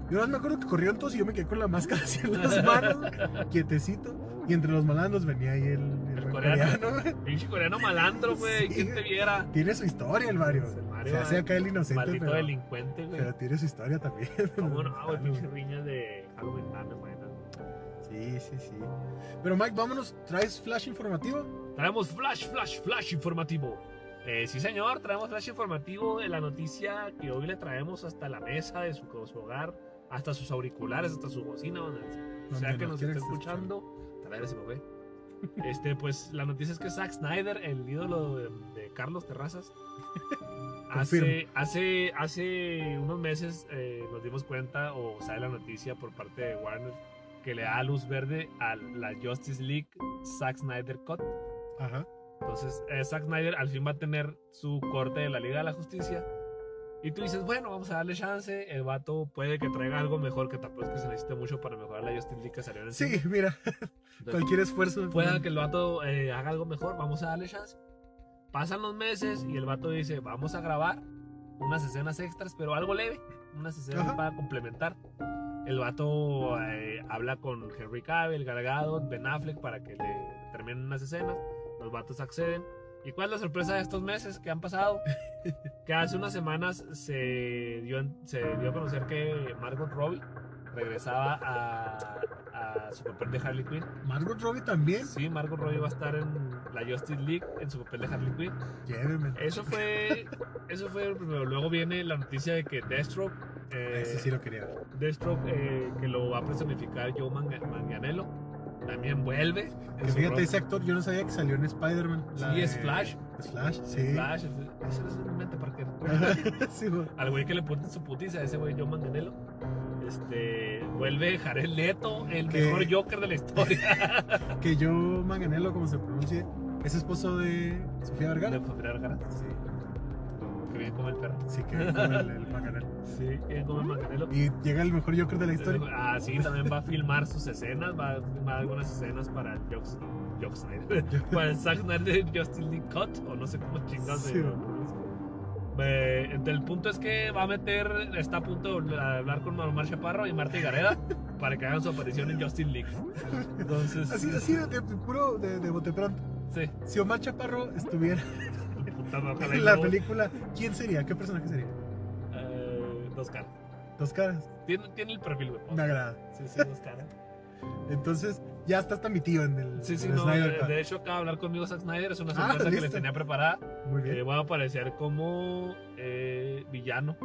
S1: Yo nada más me acuerdo que corrieron todos y yo me quedé con la máscara así en las manos, güey, quietecito. Y entre los malandros venía ahí el, el buen
S2: coreano.
S1: coreano, güey.
S2: Pinche coreano malandro, güey.
S1: Sí,
S2: ¿Quién te
S1: güey.
S2: viera?
S1: Tiene su historia el Mario.
S2: El Mario,
S1: Se hace
S2: ah,
S1: acá el inocente,
S2: Maldito
S1: pero,
S2: delincuente, güey.
S1: pero tiene su historia también. (laughs)
S2: ¿Cómo no, güey?
S1: Ah,
S2: Pinche riñas de Halloween, nada, güey. nada.
S1: Sí, sí, sí. Pero Mike, vámonos, ¿traes flash informativo?
S2: Traemos flash, flash, flash informativo. Eh, sí, señor, traemos flash informativo de la noticia que hoy le traemos hasta la mesa de su, su hogar, hasta sus auriculares, hasta su bocina, donde
S1: Donde
S2: sea que nos
S1: quiera estés
S2: esté escuchando. Tal se me fue. Este, pues la noticia es que Zack Snyder, el ídolo de, de Carlos
S1: (laughs)
S2: Terrazas, hace,
S1: Confirmo.
S2: hace, hace unos meses eh, nos dimos cuenta o sale la noticia por parte de Warner que le da luz verde a la Justice League Zack Snyder Cut.
S1: Ajá.
S2: Entonces, eh, Zack Snyder al fin va a tener su corte de la Liga de la Justicia. Y tú dices, bueno, vamos a darle chance. El vato puede que traiga algo mejor, que tampoco es que se necesite mucho para mejorar la Justice League que salió en el
S1: Sí,
S2: cine. (laughs)
S1: mira,
S2: Entonces,
S1: cualquier esfuerzo.
S2: pueda que el vato eh, haga algo mejor, vamos a darle chance. Pasan los meses y el vato dice, vamos a grabar unas escenas extras, pero algo leve, unas escenas
S1: Ajá.
S2: para complementar. El vato eh, habla con Henry Cavill, Gal Gadot, Ben Affleck para que le terminen unas escenas. Los vatos acceden. ¿Y cuál es la sorpresa de estos meses que
S1: (laughs)
S2: han pasado? que hace unas semanas se dio, en- se dio a conocer que Margot Robbie regresaba a, a su papel de Harley Quinn.
S1: Margot Robbie también.
S2: Sí, Margot Robbie va a estar en la Justice League en su papel de Harley Quinn.
S1: Llévenme.
S2: Eso fue, eso fue lo primero. Luego viene la noticia de que Deathstroke, eh,
S1: Ese Ah, sí lo quería ver.
S2: Deathstroke, eh, que lo va a personificar Joe Manga- Manganiello, también vuelve. en
S1: Que
S2: su
S1: fíjate,
S2: rol.
S1: ese actor yo no sabía que salió en Spider-Man. la
S2: Sí, es
S1: de-
S2: Flash.
S1: Es Flash, sí.
S2: Flash, ese- ese es el momento para que-
S1: (laughs) sí, güey.
S2: Al güey que le ponen su putiza, ese güey Joe Manganiello. Este, vuelve Jared Leto, el
S1: ¿Qué?
S2: mejor Joker de
S1: (laughs)
S2: la historia. (laughs)
S1: Que yo, Manganello, como se pronuncie, es esposo de Sofía
S2: de
S1: Vergara.
S2: Sofía Vergara,
S1: Sí,
S2: que bien come el perro.
S1: sí que es como el, el Manganiello.
S2: Sí, que bien come el Manganiello.
S1: Y llega el mejor Joker de la historia.
S2: Ah, sí, también va a filmar sus escenas, va a filmar algunas escenas para el Jocks-
S1: (laughs)
S2: Jock Snyder. para el Zack Snyder Justin Lee Cut, o no sé cómo chingados se
S1: Sí.
S2: llama. Eh, ent- el punto es que va a meter, está a punto de hablar con Omar Chaparro y Marta Gareda para que hagan su aparición en Justin League. Entonces,
S1: Así, así de, de puro de, de bote pronto.
S2: sí,
S1: Si Omar Chaparro
S2: (laughs)
S1: estuviera
S2: puta madre,
S1: en la
S2: no,
S1: película, ¿quién sería? ¿Qué personaje sería?
S2: eh, dos caras.
S1: Dos caras.
S2: Tiene, tiene el perfil, güey.
S1: Me agrada.
S2: Sí, sí, dos caras.
S1: Entonces, ya está hasta mi tío en el,
S2: Sí, sí,
S1: en el
S2: no.
S1: Snyder
S2: De,
S1: Cut.
S2: de hecho, acaba de hablar conmigo Zack Snyder, es una
S1: Ah,
S2: sorpresa que les
S1: listo.
S2: tenía preparada.
S1: Muy bien.
S2: Eh, voy a aparecer como eh, villano.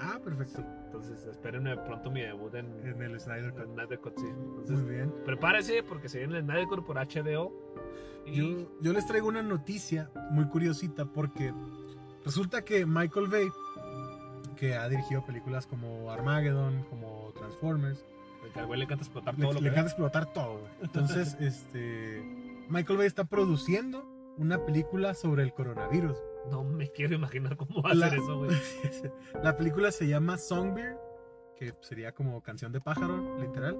S1: ah, perfecto.
S2: Entonces, espérenme pronto mi debut en,
S1: En el Snyder
S2: en
S1: Cut.
S2: Snyder Cut, sí. Entonces,
S1: Muy bien.
S2: prepárese porque se viene el Snyder Cut por HBO. Y
S1: Yo, yo les traigo una noticia muy curiosita porque resulta que Michael Bay, que ha dirigido películas como Armageddon, como Transformers,
S2: el que pues, al güey le encanta explotar
S1: le,
S2: todo lo
S1: le
S2: que
S1: encanta explotar todo. güey.
S2: (laughs)
S1: Entonces, este, Michael Bay está produciendo una película sobre el coronavirus. (laughs)
S2: ve. No me quiero imaginar cómo va a
S1: La-
S2: hacer eso, güey.
S1: La película se llama Songbird, que sería como canción de pájaro, literal.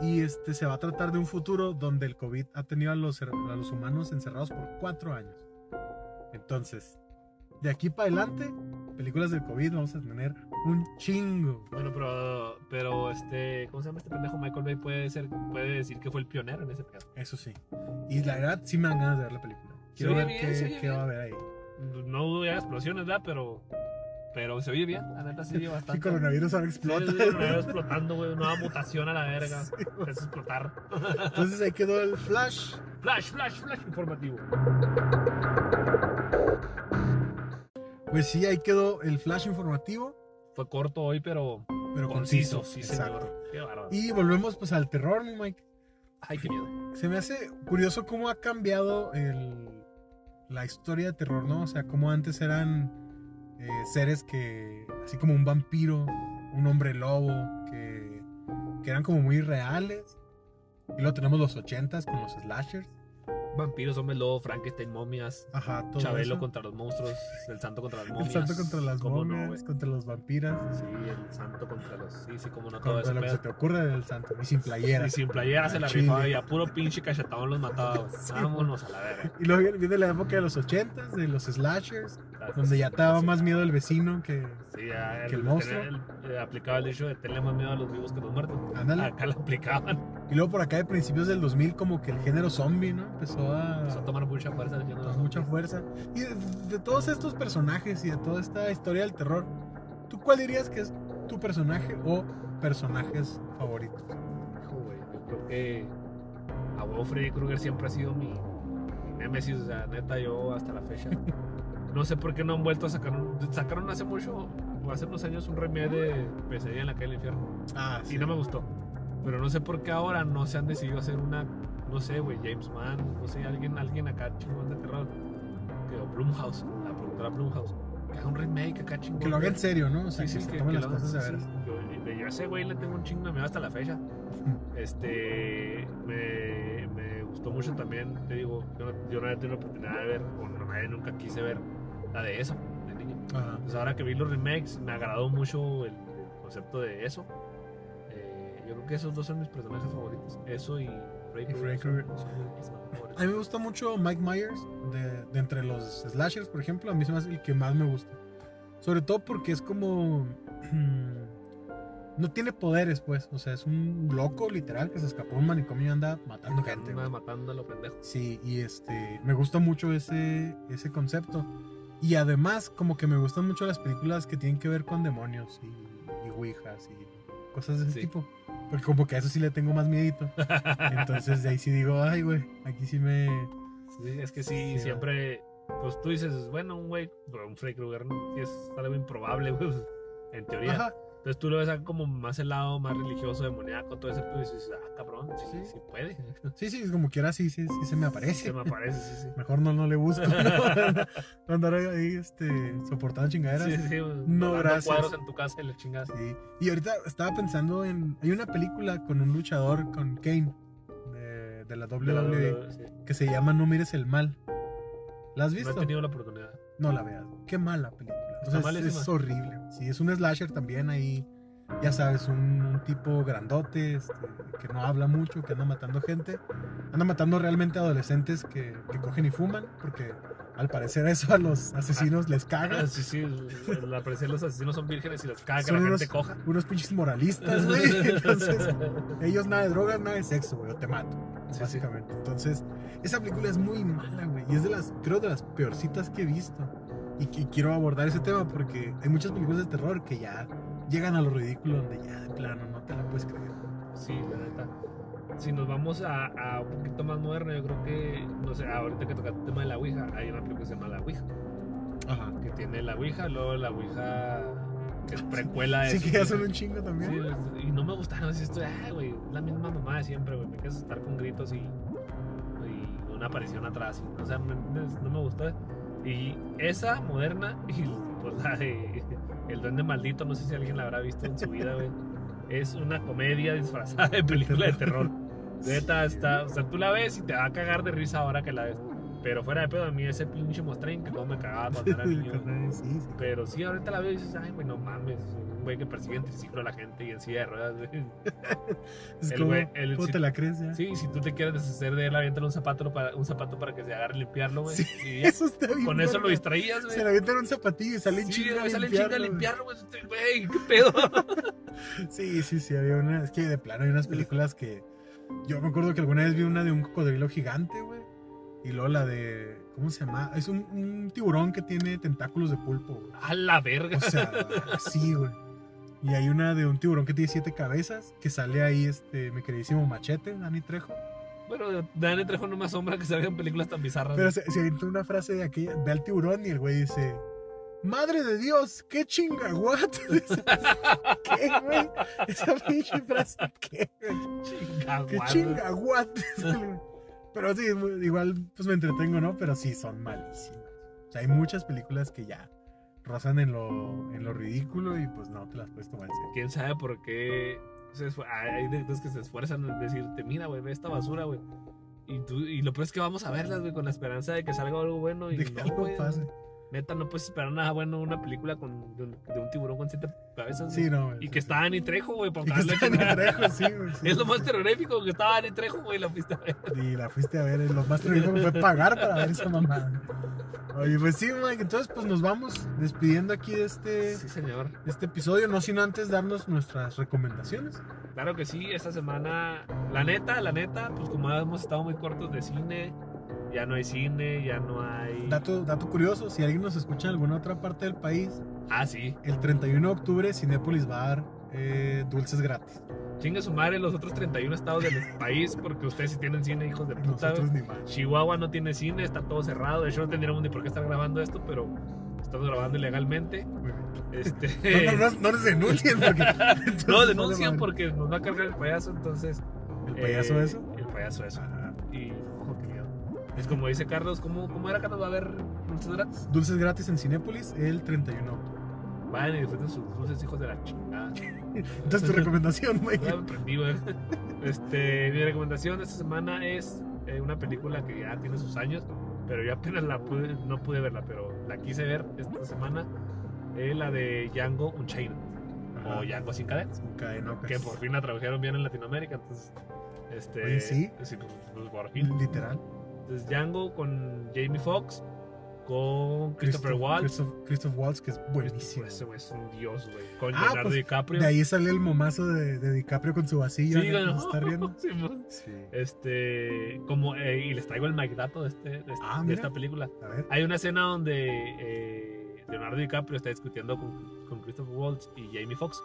S1: Y este se va a tratar de un futuro donde el COVID ha tenido a los, a los humanos encerrados por cuatro años. Entonces, de aquí para adelante, películas del COVID vamos a tener un chingo.
S2: Bueno, pero, pero este, ¿cómo se llama este pendejo? Michael Bay puede ser, puede decir que fue el pionero en ese pedo.
S1: Eso sí. Y la verdad, sí me dan ganas de ver la película. Quiero
S2: oye
S1: ver
S2: bien,
S1: qué,
S2: se oye
S1: qué
S2: bien.
S1: va a haber ahí.
S2: No dudo ya explosiones, ¿verdad? Pero, pero se oye bien, la neta se oye
S1: El
S2: bastante.
S1: coronavirus ahora
S2: Sí,
S1: explota.
S2: el coronavirus explotando, güey. Nueva mutación a la verga.
S1: (laughs) Sí, güey.
S2: Es explotar.
S1: Entonces ahí quedó el flash.
S2: Flash, flash, flash informativo.
S1: Pues sí, ahí quedó el flash informativo,
S2: Fue corto hoy, pero
S1: pero
S2: conciso.
S1: conciso.
S2: Sí,
S1: exacto.
S2: señor. Qué bárbaro.
S1: Y volvemos pues al terror, mi Mike.
S2: Ay, qué miedo.
S1: Se me hace curioso cómo ha cambiado el- la historia de terror, ¿no? O sea, cómo antes eran eh, seres que, así como un vampiro, un hombre lobo, que, que eran como muy reales. Y luego tenemos los ochentas con los slashers,
S2: vampiros, hombres lobo, Frankenstein, momias,
S1: Ajá, todo
S2: Chabelo
S1: eso.
S2: contra los monstruos, el santo contra las
S1: El
S2: momias.
S1: santo contra las
S2: ¿cómo no,
S1: momias,
S2: güey?
S1: contra los vampiras.
S2: sí, el santo contra los. Sí, sí, como no todo
S1: Contra
S2: eso.
S1: lo que se te ocurra del santo, y sin playera.
S2: Y sin playera se la
S1: Chile.
S2: rifaba y a puro pinche cachetón los mataba, güey.
S1: Sí.
S2: Vámonos a la verga.
S1: Y luego viene la época de los ochentas, de los slashers, donde ya te daba más miedo el vecino que...
S2: Sí, ya
S1: que el
S2: el
S1: monstruo.
S2: tener- eh, aplicaba el dicho de tenerle más miedo a los vivos que a los muertos.
S1: Ándale.
S2: Acá lo aplicaban.
S1: Y luego por acá de principios del 2000 como que el género zombie, ¿no? Empezó a...
S2: Empezó Pues, a tomar mucha fuerza. el género
S1: con Ah. mucha
S2: zombie.
S1: fuerza. Y de, de todos estos personajes y de toda esta historia del terror, ¿tú cuál dirías que es tu personaje o personajes favoritos?
S2: Hijo, güey, Yo creo que a huevo Freddy Krueger siempre ha sido mi, mi némesis. O sea, neta, yo hasta la
S1: (laughs)
S2: fecha. No sé por qué no han vuelto a sacar. un- Sacaron hace mucho, o hace unos años, un remake de Pesadilla en la calle del infierno.
S1: Ah,
S2: Y no me gustó. Pero no sé por qué ahora no se han decidido hacer una, no sé, güey, James Mann, no sé, alguien, alguien acá chingón de terror. Que, o Blumhouse, la productora Blumhouse. Que haga un remake acá chingón.
S1: Que lo haga en
S2: güey.
S1: serio, ¿no? O sea,
S2: Sí, sí,
S1: que, se
S2: que,
S1: tomen
S2: que
S1: las
S2: lo hagan-
S1: cosas de
S2: sí,
S1: veras.
S2: sí. Yo, yo a ese güey le tengo un chingo de miedo hasta
S1: (laughs)
S2: la fecha. Este, me, me gustó mucho también, te digo, yo, no- yo no había tenido la oportunidad de ver, o no, nadie nunca quise ver la de eso, de niño.
S1: Ajá.
S2: Pues ahora que vi los remakes, me agradó mucho el, el concepto de eso. Eh, yo creo que esos dos son mis personajes favoritos. Eso y Freddy
S1: Y Freddy
S2: Krueger son-
S1: Krueger.
S2: son mis personajes
S1: A mí
S2: favoritos.
S1: me gusta mucho Mike Myers, de, de entre los slashers, por ejemplo, a mí se me hace el que más me gusta. Sobre todo porque es como... (clears throat) No tiene poderes, pues. O sea, es un loco, literal, que se escapó de un manicomio y anda matando gente. güey.
S2: Anda matando a los pendejos.
S1: Sí, y este, me gusta mucho ese, ese concepto. Y además, como que me gustan mucho las películas que tienen que ver con demonios y, y ouijas y cosas de ese
S2: Sí.
S1: tipo. Porque como que a eso sí le tengo más miedito. Entonces de ahí sí digo, ay, güey, aquí sí me...
S2: Sí, es que
S1: Sí,
S2: sí,
S1: va.
S2: siempre. Pues tú dices, bueno, un güey, pero un Freddy Krueger ¿no? sí es algo improbable, (laughs) güey, pues, en teoría.
S1: Ajá,
S2: Entonces tú lo ves acá como más helado, más religioso, demoníaco, todo ese. Tú dices, ah, cabrón, sí,
S1: Sí.
S2: sí, puede.
S1: sí, sí, como quiera, sí, sí, sí se me aparece.
S2: Se me aparece, sí, sí.
S1: Mejor no, no le busco. (laughs) No, No andar ahí este, soportando chingaderas.
S2: Sí, sí, pues,
S1: No,
S2: mandando
S1: gracias.
S2: cuadros en tu casa y le chingas.
S1: Sí. Y ahorita estaba pensando en. Hay una película con un luchador, con Kane, de, de la E. WWE,
S2: De la WWE, sí.
S1: que se llama No Mires el Mal. ¿La has
S2: No he
S1: visto?
S2: tenido la oportunidad.
S1: No la veas. Qué mala película. O sea,
S2: Está
S1: es,
S2: malísima.
S1: es horrible. Sí, es un slasher también ahí. Ya sabes, un, un tipo grandote, este, que no habla mucho, que anda matando gente. Anda matando realmente adolescentes que, que cogen y fuman, porque al parecer eso a los asesinos les
S2: (laughs)
S1: caga.
S2: Ah, Sí, sí, la parecer los asesinos son vírgenes y las caga que
S1: Son
S2: la gente
S1: unos-
S2: coja.
S1: Unos pinches moralistas, güey. (laughs) Entonces, Ellos nada de drogas, nada de sexo, güey, o te mato,
S2: (laughs) Sí, sí.
S1: básicamente. Entonces, esa película es muy mala, güey, y es de las, creo, de las peorcitas que he visto. Y, que quiero abordar ese tema porque hay muchas películas de terror que ya llegan a lo ridículo, donde ya de plano no te la puedes creer.
S2: Sí, la neta. Si nos vamos a, a un poquito más moderno, yo creo que, no sé, ahorita que tocaste el tema de la Ouija, hay una película que se llama La Ouija,
S1: Ajá.
S2: que tiene la Ouija, luego la Ouija que es precuela de.
S1: Sí,
S2: Ah, eso,
S1: que ya
S2: güey.
S1: son un chingo también.
S2: Sí, y no me gustaron. (laughs) Así estoy, ah, güey, la misma mamá de siempre, güey. Me quieres estar con gritos y, y una aparición atrás. y, o sea, me- me- no me gustó. Y esa moderna (laughs) y pues la de El Duende Maldito, no sé si alguien la habrá visto en su vida, güey. Es una comedia disfrazada de película de terror. Neta, está, o sea, tú la ves y te va a cagar de risa ahora que la ves. Pero fuera de pedo, a mí ese pinche mostrín que no me cagaba cuando era niño. güey.
S1: Sí, sí.
S2: Pero sí, ahorita la veo y dices, ay, güey, no mames. Un güey que persigue en triciclo a la gente y en silla de ruedas, güey.
S1: Es
S2: El
S1: como,
S2: güey- el-
S1: ¿cómo
S2: sí.
S1: te la crees ya?
S2: Sí, si tú te quieres deshacer de él, aviéntale un zapato para, un zapato para que se agarre a limpiarlo,
S1: (laughs)
S2: güey.
S1: Sí,
S2: Y
S1: (laughs)
S2: ya,
S1: Eso está bien.
S2: con eso lo
S1: verga.
S2: distraías, güey.
S1: Se le avientan un zapatillo y sale en
S2: Sí,
S1: chinga
S2: güey,
S1: a
S2: sale en chinga a
S1: limpiarlo, güey.
S2: limpiarlo, güey. Güey, qué pedo.
S1: Sí, sí, sí, había una. Es que de plano hay unas películas que. Yo me acuerdo que alguna vez vi una de un cocodrilo gigante, güey. Y luego la de. ¿Cómo se llama? Es un, un tiburón que tiene tentáculos de pulpo, güey.
S2: A la verga.
S1: O sea, así, güey. Y hay una de un tiburón que tiene siete cabezas, que sale ahí este, mi queridísimo machete, Dani Trejo.
S2: Bueno, Dani Trejo no me asombra que salgan películas tan bizarras.
S1: Pero
S2: güey.
S1: se, se avienta una frase de aquella, ve al tiburón y el güey dice, Madre de Dios, qué chinga, what? (laughs) ¿Qué, güey? Esa pinche frase, ¿qué, güey? ¡Qué
S2: Chingaguado.
S1: chinga, what? (laughs) Pero sí, mu- igual pues me entretengo, ¿no? Pero sí, son malísimas. O sea, hay muchas películas que ya rozan en lo, en lo ridículo y pues no te las puedes tomar en serio.
S2: Quién sabe por qué. se esfu- Hay directores que se esfuerzan en decirte, mira, güey, ve esta basura, güey. Y, tú, y lo peor es que vamos a verlas, güey, con la esperanza de que salga algo bueno. Y
S1: de que
S2: no,
S1: algo
S2: güey.
S1: pase.
S2: Neta, no puedes esperar nada bueno una película con, de, un, de un tiburón con siete cabezas.
S1: Sí,
S2: güey.
S1: no. güey,
S2: y
S1: sí,
S2: que
S1: sí.
S2: está Dani Trejo, güey, por
S1: Y que
S2: darle
S1: está en
S2: chingada.
S1: el trejo, sí, güey, sí.
S2: Es lo más terrorífico que estaba Dani Trejo, güey, la pista.
S1: Y la fuiste a ver, lo más terrible fue pagar para ver esa mamada. Oye, pues sí, Mike, entonces pues nos vamos despidiendo aquí de este,
S2: Sí, señor.
S1: de este episodio, no sin antes darnos nuestras recomendaciones.
S2: Claro que sí, esta semana, la neta, la neta, pues como hemos estado muy cortos de cine, ya no hay cine, ya no hay...
S1: Dato, dato curioso, si alguien nos escucha en alguna otra parte del país,
S2: Ah, sí.
S1: el 31 de octubre Cinépolis va a dar eh, dulces gratis.
S2: Chingue su madre los otros 31 estados del país, porque ustedes sí tienen cine, hijos de puta.
S1: Nosotros ni más.
S2: Chihuahua no tiene cine, está todo cerrado. De hecho, no tendríamos ni por qué estar grabando esto, pero estamos grabando ilegalmente.
S1: Muy
S2: (laughs)
S1: bien.
S2: Este,
S1: (laughs) No, no, no, no nos denuncien porque... entonces,
S2: (laughs) no
S1: vale
S2: denuncian
S1: madre.
S2: porque nos va a cargar el payaso, entonces.
S1: ¿El payaso
S2: eh,
S1: eso? Ah.
S2: El payaso eso.
S1: Ajá.
S2: Y, ojo, que miedo. Es como dice Carlos, ¿cómo, cómo era Carlos? ¿Va a haber dulces gratis?
S1: Dulces gratis en Cinépolis el 31 de octubre.
S2: Vayan y disfruten sus dulces, hijos de la chingada.
S1: Entonces tu recomendación, Mike.
S2: Ya me prendí, güey. eh. Este, mi recomendación esta semana es eh, una película que ya tiene sus años, pero yo apenas la pude, no pude verla, pero la quise ver esta semana. eh, la de Django Unchained o Django sin cadenas,
S1: Cadenocas.
S2: que Oh, por fin la tradujeron bien en Latinoamérica, entonces. Este,
S1: Pues Oye, sí.
S2: pues, pues, por fin.
S1: Literal.
S2: Entonces, Django con Jamie Foxx, con Christopher
S1: Christoph-
S2: Waltz.
S1: Christoph- Christoph Waltz, que es buenísimo.
S2: Ese güey es un dios, güey. Con
S1: Ah,
S2: Leonardo
S1: pues,
S2: DiCaprio.
S1: De ahí sale el momazo de, de DiCaprio con su vasillo.
S2: Sí, Eh,
S1: ¿no?
S2: güey. (laughs)
S1: ¿Nos está riendo?
S2: Simón.
S1: Sí.
S2: Este, como, eh, y les traigo el magdato de, este, de, este-
S1: Ah,
S2: de
S1: mira.
S2: esta película.
S1: A ver.
S2: Hay una escena donde eh, Leonardo DiCaprio está discutiendo con, con Christopher Waltz y Jamie Foxx.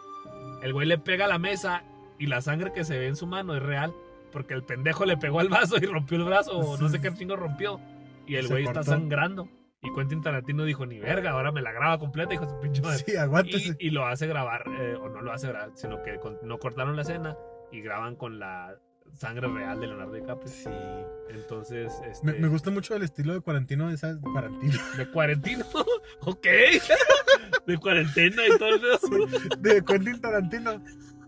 S2: El güey le pega a la mesa y la sangre que se ve en su mano es real porque el pendejo le pegó al vaso y rompió el brazo o no sé qué chingo rompió. Y el
S1: Se
S2: güey está
S1: cortó.
S2: sangrando. Y Quentin Tarantino dijo, ni verga, ahora me la graba completa, hijo de su pinche madre.
S1: Sí, aguántese.
S2: Y, y lo hace grabar, eh, o no lo hace grabar, sino que con- no cortaron la escena y graban con la sangre real de Leonardo DiCaprio.
S1: Sí.
S2: Entonces, este,
S1: Me, me gusta mucho el estilo de Cuarantino de esas. Cuarantino.
S2: de cuarentino, (laughs) ok, de cuarentena y todo el pedo.
S1: (laughs) De Quentin Tarantino.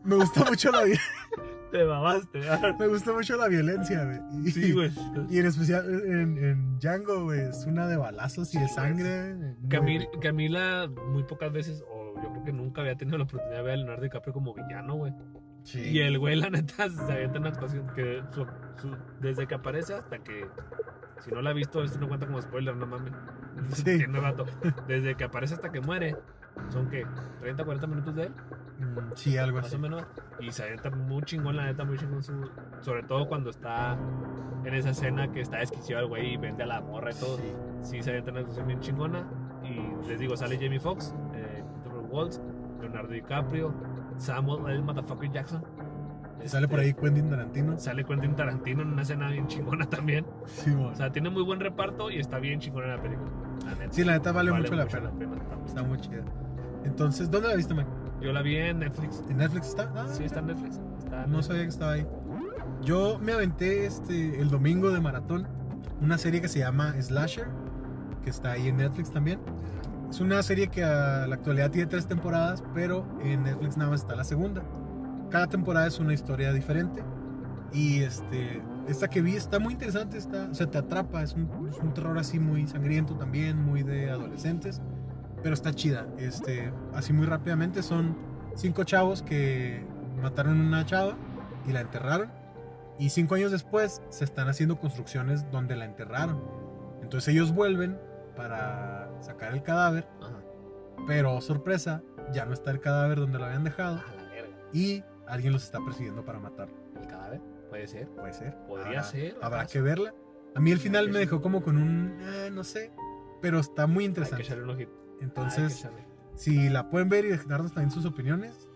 S1: Me gusta mucho la, vi-
S2: te babaste, ¿verdad?
S1: me gusta mucho la violencia, güey. Y-
S2: sí, güey.
S1: Y en especial en, en Django, güey. Es una de balazos y de
S2: Sí, güey.
S1: sangre. muy
S2: Camil-
S1: rico.
S2: Camila muy pocas veces, o yo creo que nunca había tenido la oportunidad de ver a Leonardo DiCaprio como villano, güey.
S1: Sí.
S2: Y el
S1: (laughs)
S2: güey, la neta, se avienta una actuación que su- su- desde que aparece hasta que. Si no la has visto, esto no cuenta como spoiler, no mames. (laughs)
S1: Sí.
S2: Tiene rato. Desde que aparece hasta que muere, son que 30, 40 minutos de él,
S1: Mm, Sí, algo
S2: más
S1: así.
S2: o menos. Y se avienta muy chingón, la neta, muy chingón. su- sobre todo cuando está en esa escena que está desquiciado el güey y vende a la morra y todo.
S1: Sí.
S2: Sí, se avienta una actuación bien chingona. Y les digo, sale Jamie Foxx, eh, Christopher Waltz, Leonardo DiCaprio, Samuel L. Motherfucker Jackson.
S1: Sale por
S2: Este,
S1: ahí Quentin Tarantino.
S2: Sale Quentin Tarantino en una escena bien chingona también.
S1: Sí, güey.
S2: O sea, tiene muy buen reparto y está bien chingona la película. La neta.
S1: Sí, la neta vale, mucho la pena.
S2: está muy-
S1: Está muy chida. Entonces, ¿dónde la viste, Mike?
S2: Yo la vi en Netflix.
S1: ¿En Netflix está? Ah,
S2: Sí, está en Netflix. Está en
S1: No
S2: Netflix.
S1: sabía que estaba ahí. Yo me aventé este, el domingo de maratón una serie que se llama Slasher, que está ahí en Netflix también. Es una serie que a la actualidad tiene tres temporadas, pero en Netflix nada más está la segunda. Cada temporada es una historia diferente. Y este, esta que vi está muy interesante, está, o sea, te atrapa, es un, es un terror así muy sangriento también, muy de adolescentes, pero está chida. Este, así muy rápidamente son cinco chavos que mataron a una chava y la enterraron. Y cinco años después se están haciendo construcciones donde la enterraron. Entonces ellos vuelven para sacar el cadáver,
S2: Ajá.
S1: pero oh, sorpresa, ya no está el cadáver donde lo habían dejado
S2: Ah, la verga.
S1: y alguien los está persiguiendo para matarlo.
S2: El cadáver. Puede ser.
S1: Puede ser.
S2: Podría
S1: Habrá-
S2: ser.
S1: Habrá
S2: ¿acaso?
S1: que verla. A mí el final
S2: que
S1: me
S2: sí.
S1: dejó como con un, eh, no sé, pero está muy
S2: Hay que
S1: interesante.
S2: echarle un ojito.
S1: Entonces,
S2: Hay que echarle.
S1: si la pueden ver y dejarnos también sus opiniones,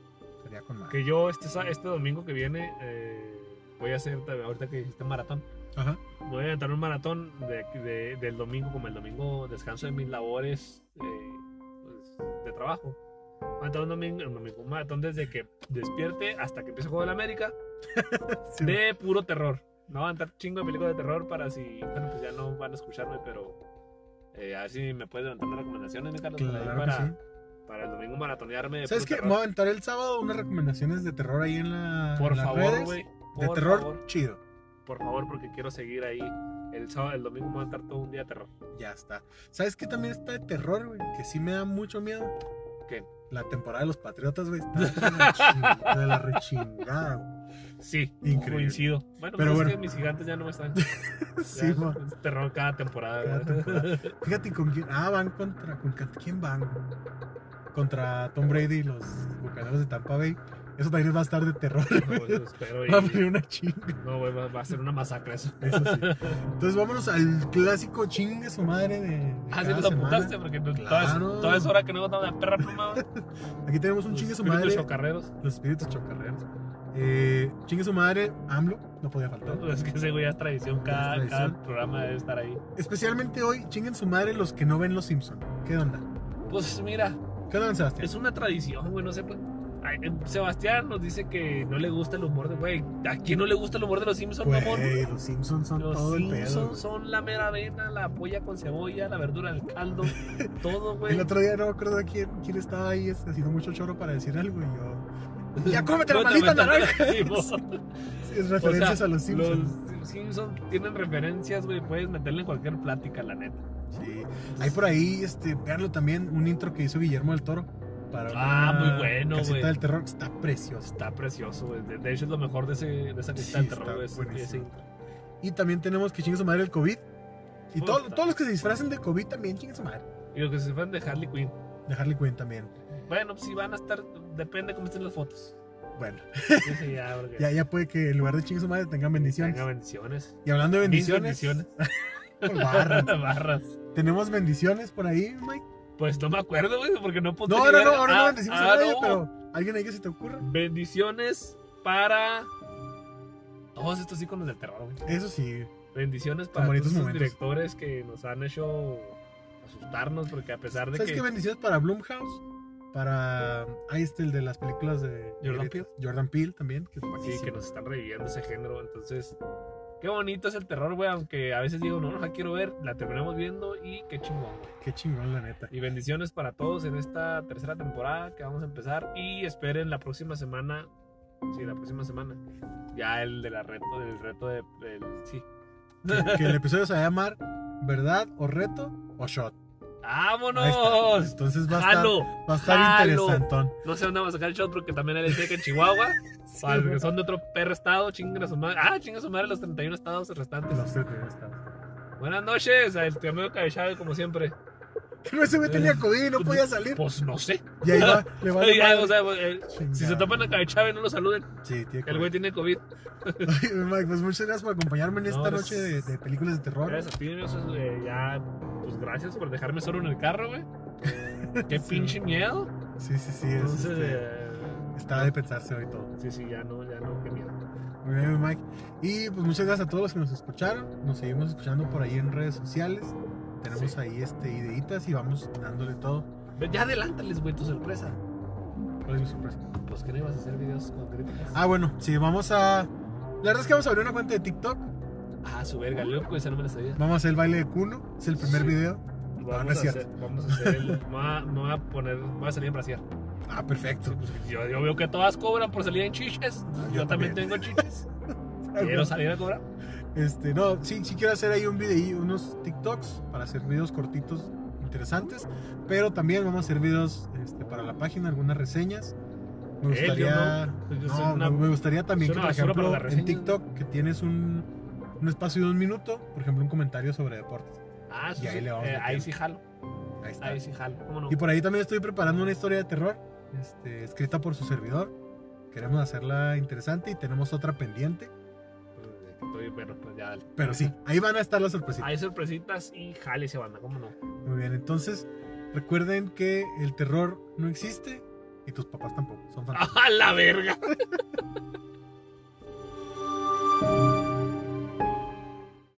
S1: sería con más.
S2: Que yo este, sa- este domingo que viene eh, voy a hacer, ahorita que hiciste maratón,
S1: Ajá.
S2: voy a aventar un maratón de, de- del domingo, como el domingo descanso de mis labores eh, pues, de trabajo. Voy a aventar un domingo, un domingo, un maratón desde que despierte hasta que empiece el juego de la América,
S1: Sí,
S2: de puro terror. No van a estar chingo de películas de terror para si, bueno, pues ya no van a escucharme, pero eh, a ver si me puedes levantar unas recomendaciones, mi Carlos, por ahí
S1: Claro que
S2: para,
S1: sí.
S2: para el domingo maratonearme. De
S1: ¿Sabes
S2: puro
S1: qué? Me
S2: terror.
S1: voy a aventar el sábado unas recomendaciones de terror ahí en la.
S2: Por
S1: en las
S2: favor,
S1: redes.
S2: güey.
S1: De
S2: por
S1: terror,
S2: favor.
S1: chido.
S2: por favor, porque quiero seguir ahí. El sábado, el domingo me va a estar todo un día de terror.
S1: Ya está. ¿Sabes qué también está de terror, güey? Que sí me da mucho miedo.
S2: ¿Qué?
S1: La temporada de los Patriotas, güey, está de la, ching- de la rechingada, güey.
S2: Sí,
S1: Increíble.
S2: coincido.
S1: Pero
S2: Bueno, pero, es
S1: bueno.
S2: que mis gigantes ya no me están.
S1: (laughs) Sí,
S2: ya,
S1: güey.
S2: es terror cada temporada.
S1: Cada
S2: ¿verdad?
S1: temporada. Fíjate con quién. Ah, van contra. ¿Con ca- quién van? güey? Contra Tom Brady y los bucaneros de Tampa Bay. Eso también va a estar de terror.
S2: (laughs) No,
S1: güey.
S2: eso espero. y-
S1: (laughs) Va a venir una chinga.
S2: no, güey, va, va a ser una masacre eso.
S1: Eso sí. Entonces vámonos al clásico chingue su madre de. de
S2: Ah, sí,
S1: cada
S2: te
S1: semana.
S2: apuntaste porque no- toda, es-
S1: Claro.
S2: toda es hora que no botamos la perra pluma. güey.
S1: Aquí tenemos (laughs) un
S2: Los
S1: chingue su
S2: espíritus
S1: madre.
S2: chocarreros.
S1: Los espíritus chocarreros. Eh, chingue su madre, AMLO, no podía faltar.
S2: pues, Es que ese güey ya es tradición. Cada,
S1: Es tradición.
S2: cada programa debe estar ahí.
S1: Especialmente hoy, chinguen su madre los que no ven Los Simpson. ¿Qué onda?
S2: Pues mira,
S1: ¿Qué onda, Sebastián?
S2: es una tradición, güey. No sé, pues. ay, eh, Sebastián nos dice que no le gusta el humor de. Güey, ¿a quién no le gusta el humor de los Simpsons,
S1: Güey,
S2: mamón?
S1: los Simpsons son
S2: Los
S1: todo el pedo.
S2: Simpsons
S1: güey.
S2: son la mera avena, la polla con cebolla, la verdura, el
S1: (laughs)
S2: caldo, todo, güey.
S1: El otro día no me acuerdo de quién, quién estaba ahí este, haciendo mucho choro para decir algo y yo. ¡Ya cómete la
S2: No te
S1: maldita
S2: metas-
S1: naranja!
S2: (laughs) Sí, mo.
S1: Es (laughs) referencias a los Simpsons.
S2: Los Simpsons tienen referencias, güey. Puedes meterle en cualquier plática, la neta.
S1: Sí. Hay por ahí, este, veanlo también, un intro que hizo Guillermo del Toro. Para
S2: Ah,
S1: una
S2: muy bueno,
S1: Casita
S2: güey.
S1: del terror, que está precioso.
S2: Está precioso, güey. De, de hecho, es lo mejor de, ese, de esa
S1: Sí,
S2: lista de
S1: está
S2: terror, güey. ese-
S1: buenísimo.
S2: ese-
S1: Y también tenemos que chingue su madre el COVID. Y todo-
S2: Puta.
S1: todos los que se disfracen de COVID también, chingue su madre.
S2: Y lo que se fueron de Harley Quinn.
S1: De Harley Quinn también.
S2: Bueno, pues si van a estar. Depende cómo estén las
S1: (laughs)
S2: fotos.
S1: Bueno,
S2: Sí, sí, ya, porque-
S1: ya, ya puede que en lugar de chingue su madre tengan bendiciones.
S2: Venga, bendiciones.
S1: Y hablando de
S2: Mis
S1: bendiciones, (laughs) Pues, barra.
S2: (laughs) Barras.
S1: tenemos bendiciones por ahí, Mike.
S2: Pues no me acuerdo, güey, porque no Ah, puedo.
S1: No, no, no, ahora no bendecimos a nadie, pero alguien ahí que se te ocurra.
S2: Bendiciones para. Todos estos íconos del terror, güey.
S1: Eso sí,
S2: Bendiciones para todos
S1: bonitos
S2: esos
S1: momentos.
S2: directores que nos han hecho asustarnos, porque a pesar de
S1: ¿Sabes
S2: que.
S1: qué bendiciones para Blumhouse? Para. Ahí está el de las películas de.
S2: Jordan Peele.
S1: Jordan Peele también. Que es
S2: sí,
S1: buenísimo.
S2: que nos están reviviendo ese género, entonces. Qué bonito es el terror, güey, aunque a veces digo, no, no la quiero ver, la terminamos viendo y qué chingón, güey.
S1: Qué chingón, la
S2: (laughs)
S1: neta.
S2: Y bendiciones para todos en esta tercera temporada que vamos a empezar. Y esperen la próxima semana. Sí, la próxima semana. Ya el de la reto, del reto de. del- sí.
S1: Que, que el episodio se va a llamar ¿Verdad o reto o shot? Ahí está.
S2: ¡Vámonos!
S1: Entonces va a estar,
S2: ¡Jalo!
S1: va a estar
S2: jalo.
S1: interesantón.
S2: Ah, No sé dónde vamos a sacar el shot porque también él dice que en Chihuahua.
S1: (laughs) Sí,
S2: para los
S1: güey.
S2: que son de otro perro estado, chinguen a su madre. Ah, chinguen a su madre los 31 estados restantes.
S1: Los tres primeros
S2: (laughs)
S1: estaban.
S2: Buenas noches, al tío amigo Cabezado, como siempre.
S1: Pero ese güey tenía COVID y no podía salir.
S2: Pues no sé.
S1: Eh, (laughs) Y ahí va, le
S2: (laughs)
S1: va
S2: Ay, ay,
S1: madre.
S2: o sea, eh, si se
S1: Chingada.
S2: topan a Cabezado, no lo saluden.
S1: Sí, tiene
S2: El
S1: COVID.
S2: güey tiene COVID.
S1: (laughs) Ay, Mike, pues muchas gracias por acompañarme en
S2: No,
S1: esta
S2: es-
S1: noche de, de películas de terror.
S2: Gracias a ti, Dios, eh, ya, pues gracias por dejarme solo en el
S1: (laughs)
S2: carro, güey. Qué
S1: Sí.
S2: pinche miedo.
S1: Sí, sí, sí. es,
S2: Entonces,
S1: este,
S2: eh,
S1: está de pensarse hoy todo.
S2: sí, sí, ya no, ya no, qué miedo.
S1: Muy bien, Mike. Y pues muchas gracias a todos los que nos escucharon. Nos seguimos escuchando por ahí en redes sociales. Tenemos
S2: Sí.
S1: ahí este ideitas y vamos dándole todo.
S2: Ve, Ya adelántales, güey, tu sorpresa.
S1: ¿Cuál es mi sorpresa?
S2: Pues que no ibas a hacer videos con críticas.
S1: Ah, bueno, sí, vamos a. La verdad es que vamos a abrir una cuenta de TikTok.
S2: Ah, su verga, loco, esa no me la sabía.
S1: Vamos a hacer el baile de Kuno. Es el primer
S2: Sí.
S1: video. Ah, no
S2: Vamos,
S1: es
S2: a,
S1: cierto.
S2: hacer, vamos a hacer el. Me va- me va a poner. Me va a salir en brasier.
S1: Ah, perfecto.
S2: Sí, pues, yo, yo veo que todas cobran por salir en chiches. Yo,
S1: yo
S2: también
S1: también. (laughs)
S2: tengo chiches.
S1: Ah,
S2: Quiero salir a cobrar.
S1: Este, no, sí, sí quiero hacer ahí un video, unos TikToks para hacer videos cortitos interesantes, pero también vamos a hacer videos este, para la página, algunas reseñas. Me
S2: Eh, yo
S1: gustaría,
S2: no, yo soy
S1: no,
S2: una-
S1: me gustaría también
S2: soy
S1: que,
S2: una
S1: por
S2: basura para
S1: ejemplo,
S2: las
S1: en
S2: reseñas.
S1: TikTok, que tienes un, un espacio de un minuto, por ejemplo, un comentario sobre deportes.
S2: Ah, eso
S1: Y ahí
S2: sí,
S1: le vamos
S2: eh, ahí
S1: metiendo.
S2: sí jalo.
S1: Ahí está.
S2: Ahí sí jalo. ¿Cómo no?
S1: Y por ahí también estoy preparando una historia de terror, este, escrita por su servidor. Queremos hacerla interesante y tenemos otra pendiente,
S2: Estoy, bueno, pues ya dale.
S1: pero sí, ahí van a estar las sorpresitas.
S2: Hay sorpresitas y jale esa banda,
S1: (laughs)
S2: ¿cómo no?
S1: Muy bien, entonces recuerden que el terror no existe y tus papás tampoco, son fantasmas.
S2: ¡A la verga!